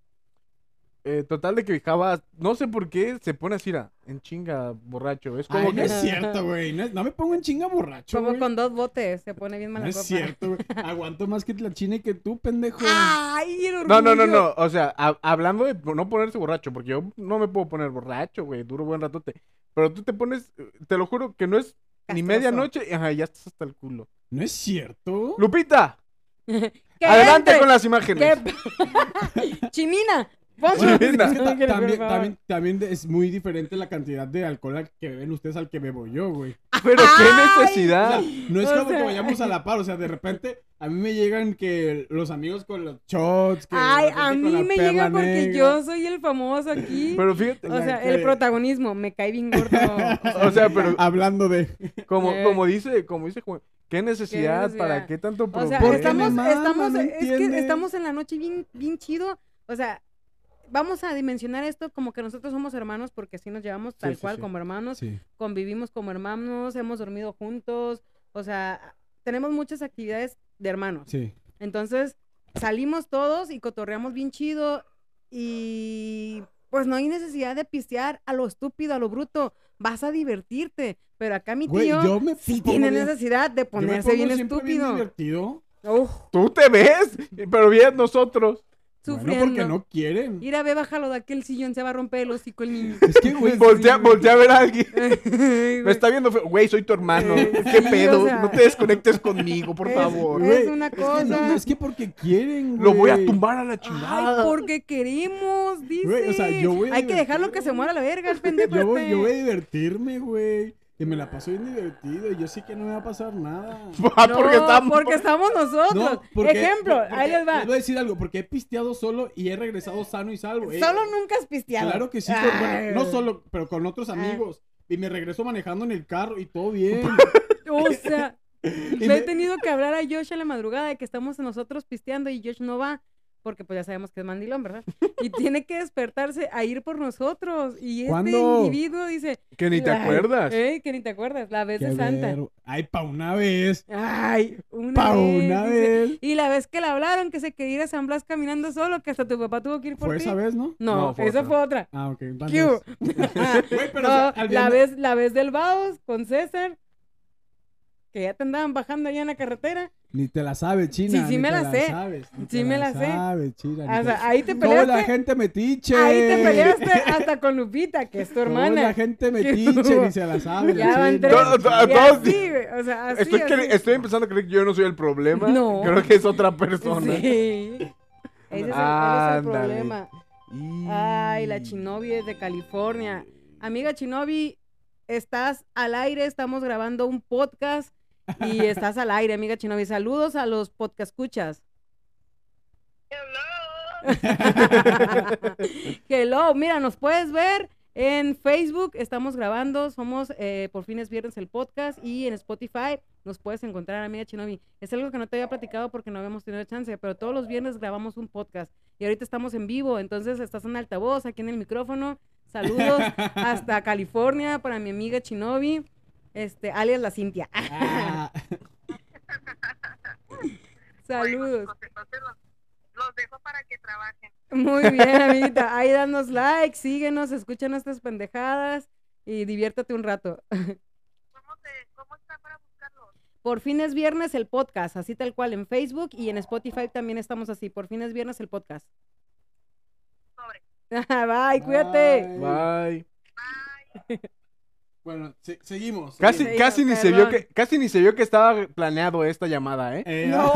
Speaker 2: eh, total de que Java, no sé por qué, se pone así, era, en chinga, borracho. Es como
Speaker 3: Ay, no
Speaker 2: que.
Speaker 3: es cierto, güey. No, es- no me pongo en chinga borracho,
Speaker 4: Como
Speaker 3: güey.
Speaker 4: con dos botes, se pone bien
Speaker 3: No
Speaker 4: mala
Speaker 3: es
Speaker 4: copa.
Speaker 3: cierto,
Speaker 4: <laughs>
Speaker 3: güey. Aguanto más que la china y que tú, pendejo.
Speaker 4: Ah. ¡Ay, el
Speaker 2: No, no, no,
Speaker 4: orgullo!
Speaker 2: no. O sea, hab- hablando de no ponerse borracho, porque yo no me puedo poner borracho, güey. Duro buen ratote. Pero tú te pones, eh, te lo juro que no es ni
Speaker 4: Castroso.
Speaker 2: medianoche, y, ajá, ya estás hasta el culo.
Speaker 3: No es cierto.
Speaker 2: Lupita,
Speaker 4: ¡Que
Speaker 2: adelante
Speaker 4: entre!
Speaker 2: con las imágenes.
Speaker 4: ¡Que-
Speaker 3: <laughs>
Speaker 4: <laughs> Chimina, pon su-
Speaker 3: Bueno,
Speaker 2: Chimina.
Speaker 3: es que ta-
Speaker 4: Por
Speaker 3: también,
Speaker 4: favor.
Speaker 3: también- también es muy diferente la cantidad de alcohol al que beben ustedes al que bebo yo, güey.
Speaker 2: <laughs> Pero qué
Speaker 4: Ay.
Speaker 3: O
Speaker 4: Ah.
Speaker 2: necesidad.
Speaker 3: sea, no es
Speaker 4: O
Speaker 3: como que
Speaker 4: sea-
Speaker 3: vayamos a la par, o sea, de repente a mí me llegan que los amigos con los shots, que de
Speaker 4: Ay,
Speaker 3: repente
Speaker 4: a
Speaker 3: con
Speaker 4: mí
Speaker 3: la
Speaker 4: me
Speaker 3: perla
Speaker 4: llega porque
Speaker 3: negra. <laughs>
Speaker 4: yo soy el famoso aquí.
Speaker 2: Pero fíjate,
Speaker 4: o sea,
Speaker 3: que-
Speaker 4: el protagonismo me cae
Speaker 3: <laughs>
Speaker 4: bien gordo.
Speaker 2: o sea, pero
Speaker 3: Hablando de...
Speaker 2: como,
Speaker 4: Eh.
Speaker 2: como dice, como dice Juan, qué necesidad, para
Speaker 4: necesidad?
Speaker 2: qué tanto
Speaker 4: O
Speaker 2: problema?
Speaker 4: sea,
Speaker 3: ¿Por qué
Speaker 4: estamos,
Speaker 3: me mama?
Speaker 4: estamos,
Speaker 3: ¿No
Speaker 4: es que
Speaker 3: entiendes?
Speaker 4: estamos en la noche bien, bien chido. O sea, vamos a dimensionar esto como que nosotros somos hermanos porque sí nos llevamos tal
Speaker 2: sí,
Speaker 4: cual
Speaker 2: sí.
Speaker 4: como hermanos, convivimos como hermanos, hemos dormido juntos, o sea, tenemos muchas actividades de hermanos.
Speaker 3: sí.
Speaker 4: Entonces, salimos todos y cotorreamos bien chido y pues no hay necesidad de pistear a lo estúpido, a lo bruto. Vas a divertirte, pero acá mi
Speaker 3: Güey,
Speaker 4: tío
Speaker 3: yo me
Speaker 4: sí
Speaker 3: pongo
Speaker 4: tiene
Speaker 3: bien-
Speaker 4: necesidad de
Speaker 3: yo me
Speaker 4: ponerse bien
Speaker 3: pongo siempre bien
Speaker 4: estúpido.
Speaker 3: divertido.
Speaker 4: Uf,
Speaker 2: Tú te ves, pero bien nosotros.
Speaker 4: <laughs>
Speaker 3: Bueno,
Speaker 4: sufriendo.
Speaker 3: porque no quieren.
Speaker 4: Ir a ver, bájalo de aquel sillón, se va a romper el hocico el
Speaker 3: <laughs>
Speaker 4: niño. <laughs>
Speaker 3: Es que, güey,
Speaker 2: voltea,
Speaker 3: sí, güey.
Speaker 2: voltea a ver a alguien.
Speaker 4: Ay,
Speaker 2: Me
Speaker 4: Pues güey.
Speaker 2: está viendo feo. Güey, soy tu hermano.
Speaker 4: Eh,
Speaker 2: ¿Qué
Speaker 4: sí, o
Speaker 2: pedo?
Speaker 4: sea.
Speaker 2: No te desconectes conmigo, por
Speaker 4: Es-
Speaker 2: favor.
Speaker 4: es
Speaker 3: Güey,
Speaker 4: una
Speaker 3: que no,
Speaker 4: cosa.
Speaker 3: no, es que porque quieren,
Speaker 2: Lo voy a
Speaker 3: güey.
Speaker 2: tumbar a la
Speaker 4: Ay,
Speaker 2: chingada.
Speaker 4: porque queremos, dice.
Speaker 3: Güey, o sea, yo voy a
Speaker 4: Hay que dejarlo
Speaker 3: divertirme,
Speaker 4: que se
Speaker 3: güey.
Speaker 4: muera la verga, el
Speaker 3: <laughs>
Speaker 4: pendejo
Speaker 3: Yo voy,
Speaker 4: este.
Speaker 3: yo voy a divertirme, güey. Y me la paso bien divertido. Y yo sé que no me va a pasar nada.
Speaker 2: <laughs> Ah,
Speaker 4: No,
Speaker 2: porque estamos.
Speaker 4: porque estamos nosotros.
Speaker 3: No, porque-
Speaker 4: Ejemplo,
Speaker 3: por- porque
Speaker 4: ahí les va.
Speaker 3: Les voy a decir algo, porque he pisteado solo y he regresado sano y salvo. eh.
Speaker 4: Solo nunca has pisteado. Ah.
Speaker 3: Claro que sí, con-
Speaker 4: Ay.
Speaker 3: bueno, no solo, pero con
Speaker 4: Ah.
Speaker 3: otros amigos. Y me regreso manejando en el carro y todo bien.
Speaker 4: O sea,
Speaker 3: <laughs> Y
Speaker 4: le he
Speaker 3: me-
Speaker 4: tenido que hablar a Josh a la madrugada de que estamos nosotros pisteando y Josh no va. Porque pues ya sabemos que es
Speaker 3: <laughs>
Speaker 4: mandilón, ¿verdad? Y tiene que despertarse a ir por nosotros. Y este
Speaker 2: ¿Cuándo?
Speaker 4: individuo dice...
Speaker 2: Que ni te
Speaker 4: "Ay,
Speaker 2: acuerdas.
Speaker 4: ey, que ni te acuerdas. La vez
Speaker 3: Qué
Speaker 4: de Santa.
Speaker 3: ver- Ay, pa' una vez.
Speaker 4: Ay, una
Speaker 3: Pa'
Speaker 4: vez,
Speaker 3: una
Speaker 4: dice.
Speaker 3: vez.
Speaker 4: Y la vez que le hablaron que se quería ir a San Blas caminando solo, que hasta tu papá tuvo que ir por
Speaker 3: Fue
Speaker 4: ti.
Speaker 3: esa vez, ¿no?
Speaker 4: No,
Speaker 2: No, fue
Speaker 4: esa
Speaker 2: otra.
Speaker 4: fue otra.
Speaker 3: Ah, ok. van
Speaker 4: ¿Qué
Speaker 3: dos.
Speaker 4: hubo?
Speaker 3: <laughs> Güey, pero o sea,
Speaker 4: No,
Speaker 3: al
Speaker 4: la,
Speaker 3: viernes-
Speaker 4: vez, la vez del Baos con César, que ya te andaban bajando allá en la carretera.
Speaker 3: Ni te la sabes, China.
Speaker 4: Sí, sí
Speaker 3: ni
Speaker 4: me
Speaker 3: te
Speaker 4: la sé.
Speaker 3: sabes, ni
Speaker 4: Sí
Speaker 3: te
Speaker 4: me la sé.
Speaker 3: sabes, China, ni
Speaker 4: O
Speaker 3: te la-
Speaker 4: sea, ahí te
Speaker 3: ¿Cómo la
Speaker 4: peleaste.
Speaker 3: gente metiche?
Speaker 4: Ahí te
Speaker 3: <laughs>
Speaker 4: peleaste hasta con Lupita, que es tu
Speaker 3: ¿Cómo la
Speaker 4: hermana.
Speaker 3: gente
Speaker 4: <laughs> hubo?
Speaker 3: metiche? Ni se la sabe. la
Speaker 4: Ya van
Speaker 3: China.
Speaker 4: tres.
Speaker 2: No, no,
Speaker 4: Y
Speaker 2: todos-
Speaker 4: así, güey, o sea, así,
Speaker 2: Estoy,
Speaker 4: así.
Speaker 2: cre- estoy empezando a creer que yo no soy el problema.
Speaker 4: No.
Speaker 2: Creo que es otra persona.
Speaker 4: Sí. Ese es el- ese es el
Speaker 2: ¿eh? Ándale.
Speaker 4: problema.
Speaker 2: Y-
Speaker 4: Ay, la Chinobi es de California. Amiga Chinobi, estás al aire, estamos grabando un podcast y estás al aire, amiga Chinobi. Saludos a los podcast escuchas. <laughs> Hello, mira, nos puedes ver en Facebook, estamos grabando, somos eh, por fines viernes el podcast y en Spotify nos puedes encontrar, amiga Chinobi. Es algo que no te había platicado porque no habíamos tenido chance, pero todos los viernes grabamos un podcast y ahorita estamos en vivo, entonces estás en altavoz, aquí en el micrófono. Saludos
Speaker 3: <laughs>
Speaker 4: hasta California para mi amiga Chinobi, este, alias la Cintia.
Speaker 3: Ah,
Speaker 4: Saludos.
Speaker 5: Entonces pues, los, los dejo para que trabajen.
Speaker 4: Muy
Speaker 5: <laughs>
Speaker 4: bien, amiguita. Ahí danos like, síguenos, escucha nuestras pendejadas y diviértete un rato.
Speaker 5: ¿Cómo, se, cómo está para buscarlos?
Speaker 4: Por fin es viernes el podcast, así tal cual en Facebook y en Spotify también estamos así. Por fin es viernes el podcast.
Speaker 5: Sobre.
Speaker 4: <laughs> Bye, cuídate.
Speaker 3: bye.
Speaker 2: Bye.
Speaker 3: Bueno, se- seguimos.
Speaker 2: Casi,
Speaker 4: Sí,
Speaker 2: casi,
Speaker 4: no,
Speaker 2: ni se vio
Speaker 4: perdón.
Speaker 2: que, casi ni se vio que estaba planeado esta llamada, ¿eh?
Speaker 3: Eh, <laughs>
Speaker 4: No,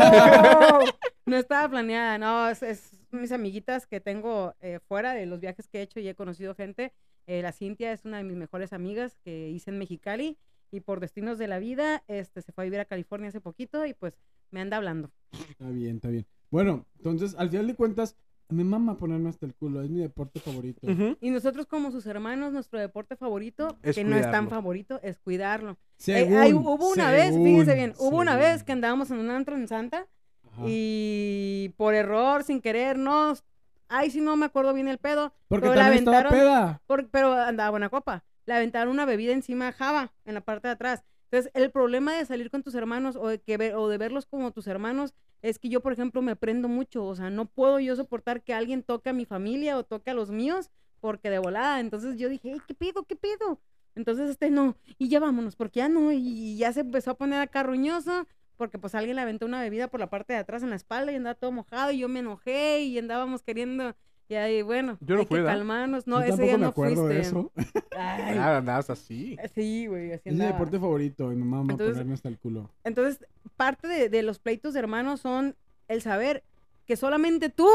Speaker 4: no estaba planeada, no, es, es mis amiguitas que tengo eh, fuera de los viajes que he hecho y he conocido gente. Eh, la Cintia es una de mis mejores amigas que hice en Mexicali y por destinos de la vida este, se fue a vivir a California hace poquito y pues me anda hablando.
Speaker 3: Está bien, está bien. Bueno, entonces, al final de cuentas, me mama ponerme hasta el culo. Es mi deporte favorito.
Speaker 2: Ujú.
Speaker 4: Y nosotros como sus hermanos, nuestro deporte favorito,
Speaker 2: Es
Speaker 4: que no es tan
Speaker 2: cuidarlo.
Speaker 4: favorito, es cuidarlo. Eh,
Speaker 3: Según,
Speaker 4: ay, hubo una vez,
Speaker 3: según,
Speaker 4: fíjense bien, hubo una
Speaker 3: según.
Speaker 4: vez que andábamos en un antro en Santa
Speaker 3: Ajá.
Speaker 4: y por error, sin querer, nos Ay, sí, no me acuerdo bien el pedo.
Speaker 3: Porque
Speaker 4: pero la
Speaker 3: también estaba
Speaker 4: aventaron-
Speaker 3: peda.
Speaker 4: por- pero andaba buena copa. Le aventaron una bebida encima a Java, en la parte de atrás. Entonces, el problema de salir con tus hermanos o de, que ve- o de verlos como tus hermanos es que yo, por ejemplo, me prendo mucho. O sea, no puedo yo soportar que alguien toque a mi familia o toque a los míos porque de volada. Entonces, yo dije, "Ey, ¿qué pido? ¿Qué pido? Entonces, este no. Y ya vámonos, porque ya no. Y, y ya se empezó a poner acá ruñoso porque pues alguien le aventó una bebida por la parte de atrás en la espalda y andaba todo mojado y yo me enojé y andábamos queriendo... Y ahí, bueno,
Speaker 2: Yo no
Speaker 4: hay
Speaker 2: fui,
Speaker 4: que
Speaker 2: ¿da?
Speaker 4: calmarnos.
Speaker 3: Yo
Speaker 4: No, ese
Speaker 3: tampoco
Speaker 4: día
Speaker 3: me
Speaker 4: no
Speaker 3: acuerdo
Speaker 4: fuiste.
Speaker 3: de eso. Ah.
Speaker 4: Ay,
Speaker 2: Nada, andabas así.
Speaker 4: sí, güey, así
Speaker 3: Es mi
Speaker 4: andaba.
Speaker 3: deporte favorito. Y mi mamá
Speaker 4: Entonces-
Speaker 3: ponerme hasta el culo.
Speaker 4: Entonces, parte de, de los pleitos de hermanos son el saber que solamente tú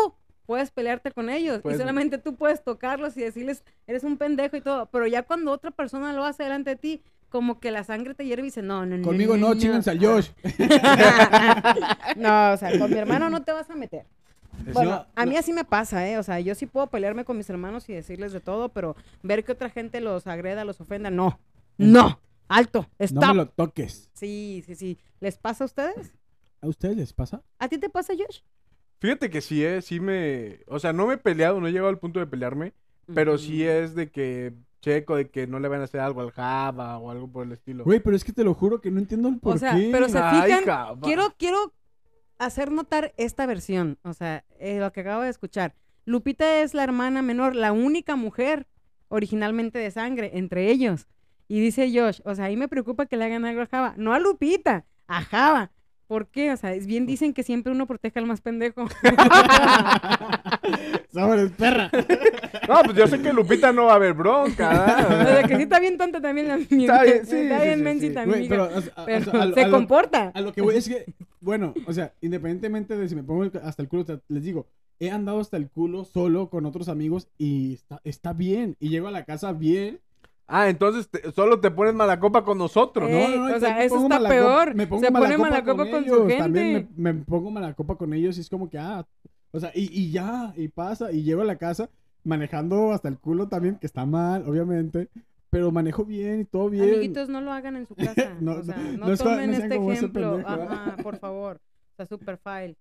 Speaker 4: puedes pelearte con ellos
Speaker 2: Pues,
Speaker 4: y solamente tú puedes tocarlos y decirles, eres un pendejo y todo. Pero ya cuando otra persona lo hace delante de ti, como que la sangre te hierve y dice, no, no, no.
Speaker 3: Conmigo no, chinganse
Speaker 4: ah,
Speaker 3: al Josh.
Speaker 4: <laughs> no, o sea, con mi hermano no te vas a meter. Bueno,
Speaker 3: No,
Speaker 4: a mí
Speaker 3: no.
Speaker 4: así me pasa, ¿eh? O sea, yo sí puedo pelearme con mis hermanos y decirles de todo, pero ver que otra gente los agreda, los ofenda, no. No. Alto.
Speaker 3: Mm. No me
Speaker 4: Stop.
Speaker 3: lo toques.
Speaker 4: Sí, sí, sí. ¿Les pasa a ustedes?
Speaker 3: ¿A ustedes les pasa?
Speaker 4: ¿A ti te pasa, Josh?
Speaker 2: Fíjate que sí, eh, sí me... O sea, no me he peleado, no he llegado al punto de pelearme,
Speaker 3: Mm.
Speaker 2: pero sí es de que checo, de que no le van a hacer algo al Java o algo por el estilo.
Speaker 3: Güey, pero es que te lo juro que no entiendo el por
Speaker 4: O sea,
Speaker 3: qué.
Speaker 4: pero <laughs> se
Speaker 2: Ay,
Speaker 4: fijan,
Speaker 2: Java.
Speaker 4: Quiero, quiero hacer notar esta versión, o sea, eh, lo que acabo de escuchar. Lupita es la hermana menor, la única mujer originalmente de sangre entre ellos. Y dice Josh, o sea, ahí me preocupa que le hagan algo a Java. No a Lupita, a Java. ¿Por qué? O sea, es bien
Speaker 2: Pues
Speaker 4: dicen que siempre uno protege al
Speaker 2: <laughs>
Speaker 4: más pendejo.
Speaker 3: <laughs> Sabores, perra.
Speaker 2: No, pues yo sé que Lupita no va a haber bronca.
Speaker 4: <laughs> o
Speaker 2: ¿verdad?
Speaker 4: sea, que sí está bien tonta también la
Speaker 2: Está
Speaker 4: mía.
Speaker 2: bien, sí,
Speaker 4: Está
Speaker 2: sí,
Speaker 4: bien
Speaker 2: sí,
Speaker 4: mensita,
Speaker 2: sí.
Speaker 4: amiga.
Speaker 3: Güey, pero, o sea, a- o
Speaker 4: Pero
Speaker 3: sea, a lo- a
Speaker 4: se
Speaker 3: lo-
Speaker 4: comporta.
Speaker 3: A lo que voy es que, bueno, o sea, independientemente de si me pongo el- hasta el culo, o sea, les digo, he andado hasta el culo solo con otros amigos y está, está bien. Y llego a la casa bien.
Speaker 2: Ah, entonces te- solo te pones mala copa con nosotros, ¿no?
Speaker 4: Eh,
Speaker 3: y
Speaker 4: o
Speaker 3: también
Speaker 4: sea, eso
Speaker 3: pongo
Speaker 4: está
Speaker 3: mala
Speaker 4: peor.
Speaker 3: copa- me pongo
Speaker 4: Se
Speaker 3: mala
Speaker 4: pone
Speaker 3: copa
Speaker 4: mala copa con su
Speaker 3: ellos, También
Speaker 4: gente.
Speaker 3: me, me pongo mala copa con ellos y es como que, ah, o sea, y, y ya, y pasa, y llego a la casa manejando hasta el culo también, que está mal, obviamente, pero manejo bien y todo bien.
Speaker 4: Amiguitos, no lo
Speaker 3: <laughs>
Speaker 4: hagan en su casa.
Speaker 3: No,
Speaker 4: o sea,
Speaker 3: no,
Speaker 4: no,
Speaker 3: no es cua-
Speaker 4: tomen
Speaker 3: no sean
Speaker 4: este
Speaker 3: como ese
Speaker 4: ejemplo.
Speaker 3: pendejo, ¿verdad?
Speaker 4: Ajá, por favor. O sea, super file.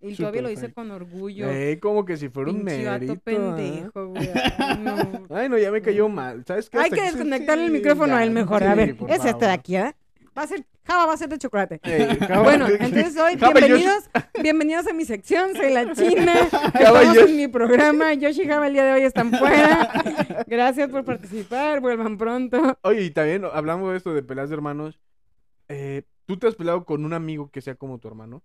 Speaker 4: Y todavía lo hice
Speaker 3: Superfile.
Speaker 4: con orgullo.
Speaker 2: Eh, como que si fuera un
Speaker 4: Pinche vato
Speaker 2: mérito. ¿ah?
Speaker 4: pendejo, güey.
Speaker 2: <laughs>
Speaker 4: Ay, no.
Speaker 2: Ay, no, ya me cayó mal. ¿Sabes qué?
Speaker 4: Hay
Speaker 2: Hasta
Speaker 4: que
Speaker 2: aquí se-
Speaker 4: desconectar el
Speaker 2: sí,
Speaker 4: micrófono
Speaker 2: ya,
Speaker 4: a él mejor. a
Speaker 2: sí,
Speaker 4: ver,
Speaker 2: por
Speaker 4: es este
Speaker 2: favor.
Speaker 4: de aquí, ¿eh? Va a ser, Java va a ser de chocolate.
Speaker 2: <laughs> Ey, Java,
Speaker 4: <laughs> Bueno,
Speaker 2: ¿qué- qué-
Speaker 4: entonces hoy,
Speaker 2: Java y Yoshi-
Speaker 4: bienvenidos, bienvenidos a mi sección,
Speaker 2: <laughs>
Speaker 4: soy la China,
Speaker 2: Java y
Speaker 4: estamos
Speaker 2: Yoshi.
Speaker 4: en mi programa, Yoshi y Java el día de hoy están fuera, gracias por participar, vuelvan pronto.
Speaker 2: <laughs> Oye, y también hablando de esto de peleas de hermanos, eh, ¿tú te has peleado con un amigo que sea como tu hermano?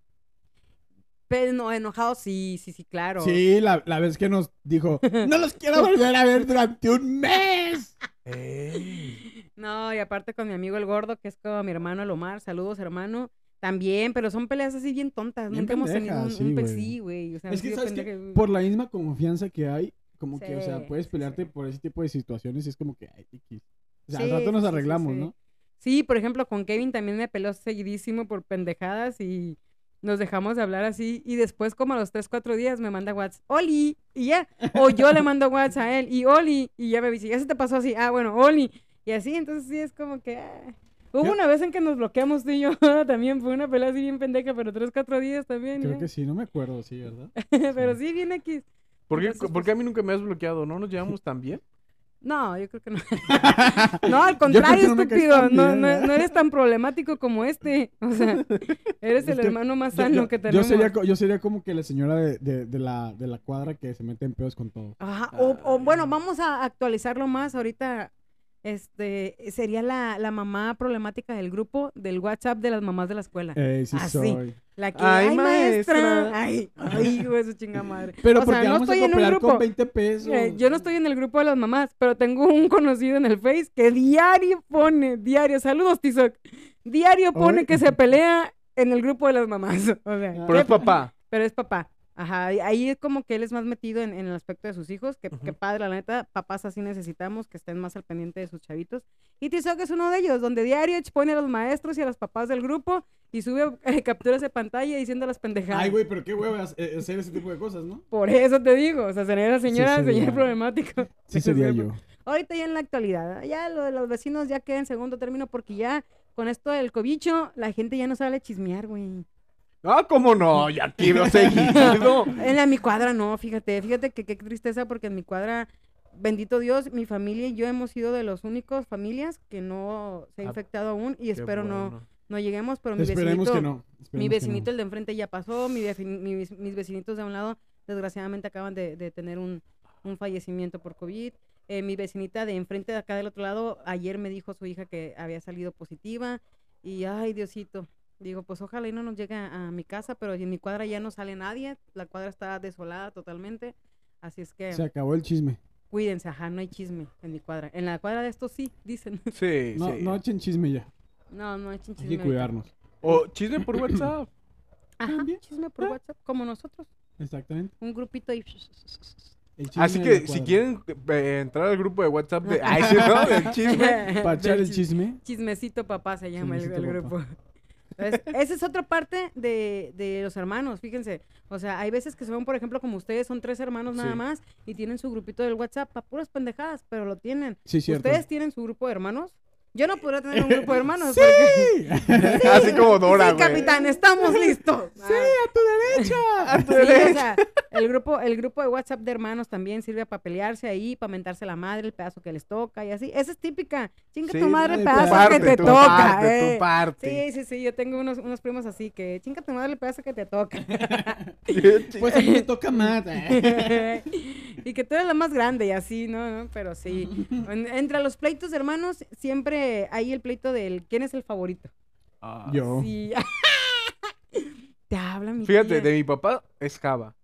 Speaker 4: Pero no, enojado, sí, sí, sí, claro.
Speaker 3: Sí, la, la vez que nos
Speaker 4: <laughs>
Speaker 3: dijo, no los quiero volver a ver durante un mes.
Speaker 4: No, y aparte con mi amigo el gordo, que es como mi hermano el Omar, saludos hermano, también, pero son peleas así bien tontas,
Speaker 3: Bien
Speaker 4: nunca hemos tenido un,
Speaker 3: pendejas,
Speaker 4: un
Speaker 3: sí,
Speaker 4: pe-
Speaker 3: güey.
Speaker 4: sí, güey, o sea,
Speaker 3: Es
Speaker 4: han
Speaker 3: que,
Speaker 4: sido
Speaker 3: ¿sabes qué?
Speaker 4: pendejas-
Speaker 3: Por la misma confianza que hay, como que, o
Speaker 4: Sí,
Speaker 3: sea, puedes
Speaker 4: sí,
Speaker 3: pelearte
Speaker 4: sí.
Speaker 3: por ese tipo de situaciones y es como que, ay, X. O sea,
Speaker 4: Sí,
Speaker 3: al rato nos
Speaker 4: sí, sí,
Speaker 3: arreglamos,
Speaker 4: sí.
Speaker 3: ¿no?
Speaker 4: Sí, por ejemplo, con Kevin también me peló seguidísimo por pendejadas y nos dejamos de hablar así. Y después, como a los 3, 4 días, me manda WhatsApp, Oli, y ya. O yo le mando WhatsApp a él, y Oli, y ya me dice, ya se te pasó así, ah, bueno, Oli. Y así, entonces sí es como que. ah. Hubo
Speaker 3: Yo-
Speaker 4: una vez en que nos bloqueamos tú y yo <laughs> también, fue una pelea así bien pendeja, pero 3, 4 días también.
Speaker 3: Creo
Speaker 4: ya.
Speaker 3: que sí, no me acuerdo, sí, ¿verdad?
Speaker 4: <laughs>
Speaker 3: Mm.
Speaker 4: pero sí, bien aquí.
Speaker 2: ¿Por qué,
Speaker 4: Entonces, pues
Speaker 2: por qué a mí nunca me has bloqueado? ¿No nos llevamos tan
Speaker 4: <laughs>
Speaker 2: bien?
Speaker 4: No, yo creo que
Speaker 3: <laughs>
Speaker 4: no. No, al contrario,
Speaker 3: no me caes
Speaker 4: estúpido.
Speaker 3: tan
Speaker 4: No,
Speaker 3: bien,
Speaker 4: no,
Speaker 3: ¿eh?
Speaker 4: no eres tan problemático como este.
Speaker 3: <laughs>
Speaker 4: O sea, eres
Speaker 3: Es
Speaker 4: el
Speaker 3: que
Speaker 4: hermano más
Speaker 3: Yo-
Speaker 4: sano
Speaker 3: yo,
Speaker 4: que
Speaker 3: yo
Speaker 4: tenemos.
Speaker 3: sería, co- yo sería como que la señora de, de- de la, de la cuadra que se mete en pedos con todo.
Speaker 4: Ajá, o,
Speaker 3: Ah.
Speaker 4: o bueno, vamos a actualizarlo más ahorita. Este sería la, la mamá problemática del grupo del WhatsApp de las mamás de la escuela.
Speaker 3: Eh, sí
Speaker 4: Ah, sí.
Speaker 3: soy.
Speaker 4: La que,
Speaker 2: Ay,
Speaker 4: ay, maestra.
Speaker 2: maestra.
Speaker 4: Ay, ay, güey, su chinga madre.
Speaker 3: Pero
Speaker 4: o
Speaker 3: porque
Speaker 4: sea, no
Speaker 3: vamos
Speaker 4: estoy
Speaker 3: a
Speaker 4: en un
Speaker 3: cooperar
Speaker 4: grupo.
Speaker 3: con 20 pesos.
Speaker 4: Eh, yo no estoy en el grupo de las mamás, pero tengo un <laughs> conocido en el Face que diario pone, diario, saludos Tizoc, diario pone
Speaker 3: Ay.
Speaker 4: que se pelea en el grupo de las mamás. <laughs> O sea,
Speaker 3: Ah.
Speaker 2: Pero
Speaker 4: qué-
Speaker 2: es papá.
Speaker 4: pero es papá. Ajá, y ahí es como que él es más metido en, en el aspecto de sus hijos, que, que
Speaker 2: Ujú.
Speaker 4: padre, la neta, papás así necesitamos, que estén más al pendiente de sus chavitos. Y Tizoc es uno de ellos, donde diario expone a los maestros y a los papás del grupo y sube <laughs> eh, capturas de pantalla diciendo las pendejadas.
Speaker 3: Ay, güey, pero qué huevas eh, hacer ese tipo de cosas, ¿no?
Speaker 4: Por eso te digo, o sea, sería la señora,
Speaker 3: sería.
Speaker 4: señor problemático.
Speaker 3: Sí, sería yo.
Speaker 4: Ahorita ya en la actualidad, ¿no? ya lo de los vecinos ya queda en segundo término porque ya con esto del cobicho la gente ya no sale a chismear, güey.
Speaker 2: Ah, ¿cómo no? Ya
Speaker 4: <laughs>
Speaker 2: quiero seguido.
Speaker 4: En la mi cuadra no, fíjate, fíjate que qué tristeza porque en mi cuadra, bendito Dios, mi familia y yo hemos sido de los únicos familias que no se ha
Speaker 2: Ah,
Speaker 4: infectado aún y espero no, no lleguemos, pero mi
Speaker 3: Esperemos
Speaker 4: vecinito,
Speaker 3: que no.
Speaker 4: mi
Speaker 3: esperemos que
Speaker 4: vecinito
Speaker 3: no.
Speaker 4: el de enfrente ya pasó, mi vefi- mi vis- mis vecinitos de un lado desgraciadamente acaban de, de tener un, un fallecimiento por COVID. Eh, mi vecinita de enfrente de acá del otro lado, ayer me dijo su hija que había salido positiva y ay Diosito, digo pues ojalá y no nos llegue a, a mi casa, pero en mi cuadra ya no sale nadie, la cuadra está desolada totalmente, así es que
Speaker 3: Se acabó el chisme.
Speaker 4: cuídense, ajá, no hay chisme en mi cuadra. En la cuadra de estos sí, dicen. <laughs>
Speaker 2: Sí,
Speaker 3: No,
Speaker 2: sí.
Speaker 3: no echen chisme ya.
Speaker 4: No, no hay
Speaker 3: Hay
Speaker 4: chisme.
Speaker 3: que
Speaker 4: ahorita.
Speaker 3: cuidarnos.
Speaker 2: O chisme por WhatsApp.
Speaker 4: <clears throat> Ajá,
Speaker 3: También. Ah.
Speaker 4: chisme por WhatsApp, como nosotros,
Speaker 3: Exactamente.
Speaker 4: un grupito y...
Speaker 3: El chisme
Speaker 2: Así
Speaker 3: de
Speaker 2: que
Speaker 3: la
Speaker 2: si
Speaker 3: cuadra.
Speaker 2: quieren eh, entrar al grupo de WhatsApp de... Ay,
Speaker 4: <laughs>
Speaker 2: sí, ¿no? Del chisme.
Speaker 3: Para echar
Speaker 4: Del
Speaker 3: el chisme.
Speaker 4: Chismecito papá se llama el,
Speaker 3: Chismecito
Speaker 4: el
Speaker 3: Papá.
Speaker 4: grupo. Entonces, esa es otra parte de, de los hermanos, fíjense. O sea, hay veces que son, por ejemplo, como ustedes, son tres hermanos nada
Speaker 2: Sí.
Speaker 4: más y tienen su grupito del WhatsApp para puras pendejadas, pero lo tienen.
Speaker 3: Sí, cierto.
Speaker 4: ¿Ustedes tienen su grupo de hermanos? Yo no podría tener
Speaker 3: <laughs>
Speaker 4: un grupo de hermanos.
Speaker 3: ¡Sí! <laughs>
Speaker 4: porque-
Speaker 2: Así como Dora,
Speaker 4: sí,
Speaker 2: güey.
Speaker 4: capitán,
Speaker 2: <laughs>
Speaker 4: estamos listos.
Speaker 3: ¡Sí, a tu derecha!
Speaker 4: Ah, sí, o sea, el grupo, el grupo de WhatsApp de hermanos también sirve para pelearse ahí, para mentarse la madre, el pedazo que les toca y así. Esa es típica. Chinga
Speaker 2: Sí,
Speaker 4: tu madre,
Speaker 3: de
Speaker 4: el
Speaker 3: tu
Speaker 4: pedazo
Speaker 2: Parte,
Speaker 4: que te
Speaker 2: tu
Speaker 4: toca.
Speaker 2: parte,
Speaker 4: eh.
Speaker 2: tu parte.
Speaker 4: Sí, sí, sí, yo tengo unos, unos primos así que chinga tu madre el pedazo que
Speaker 2: <laughs>
Speaker 4: te toca. <laughs>
Speaker 3: Pues a mí me toca más.
Speaker 4: y que tú eres la más grande y así, ¿no? ¿no? Pero sí. En- entre los pleitos de hermanos siempre hay el pleito del quién es el favorito.
Speaker 2: Ah.
Speaker 3: Yo.
Speaker 4: Sí. <laughs> te habla mi
Speaker 2: Fíjate,
Speaker 4: tía.
Speaker 2: de mi papá es Java.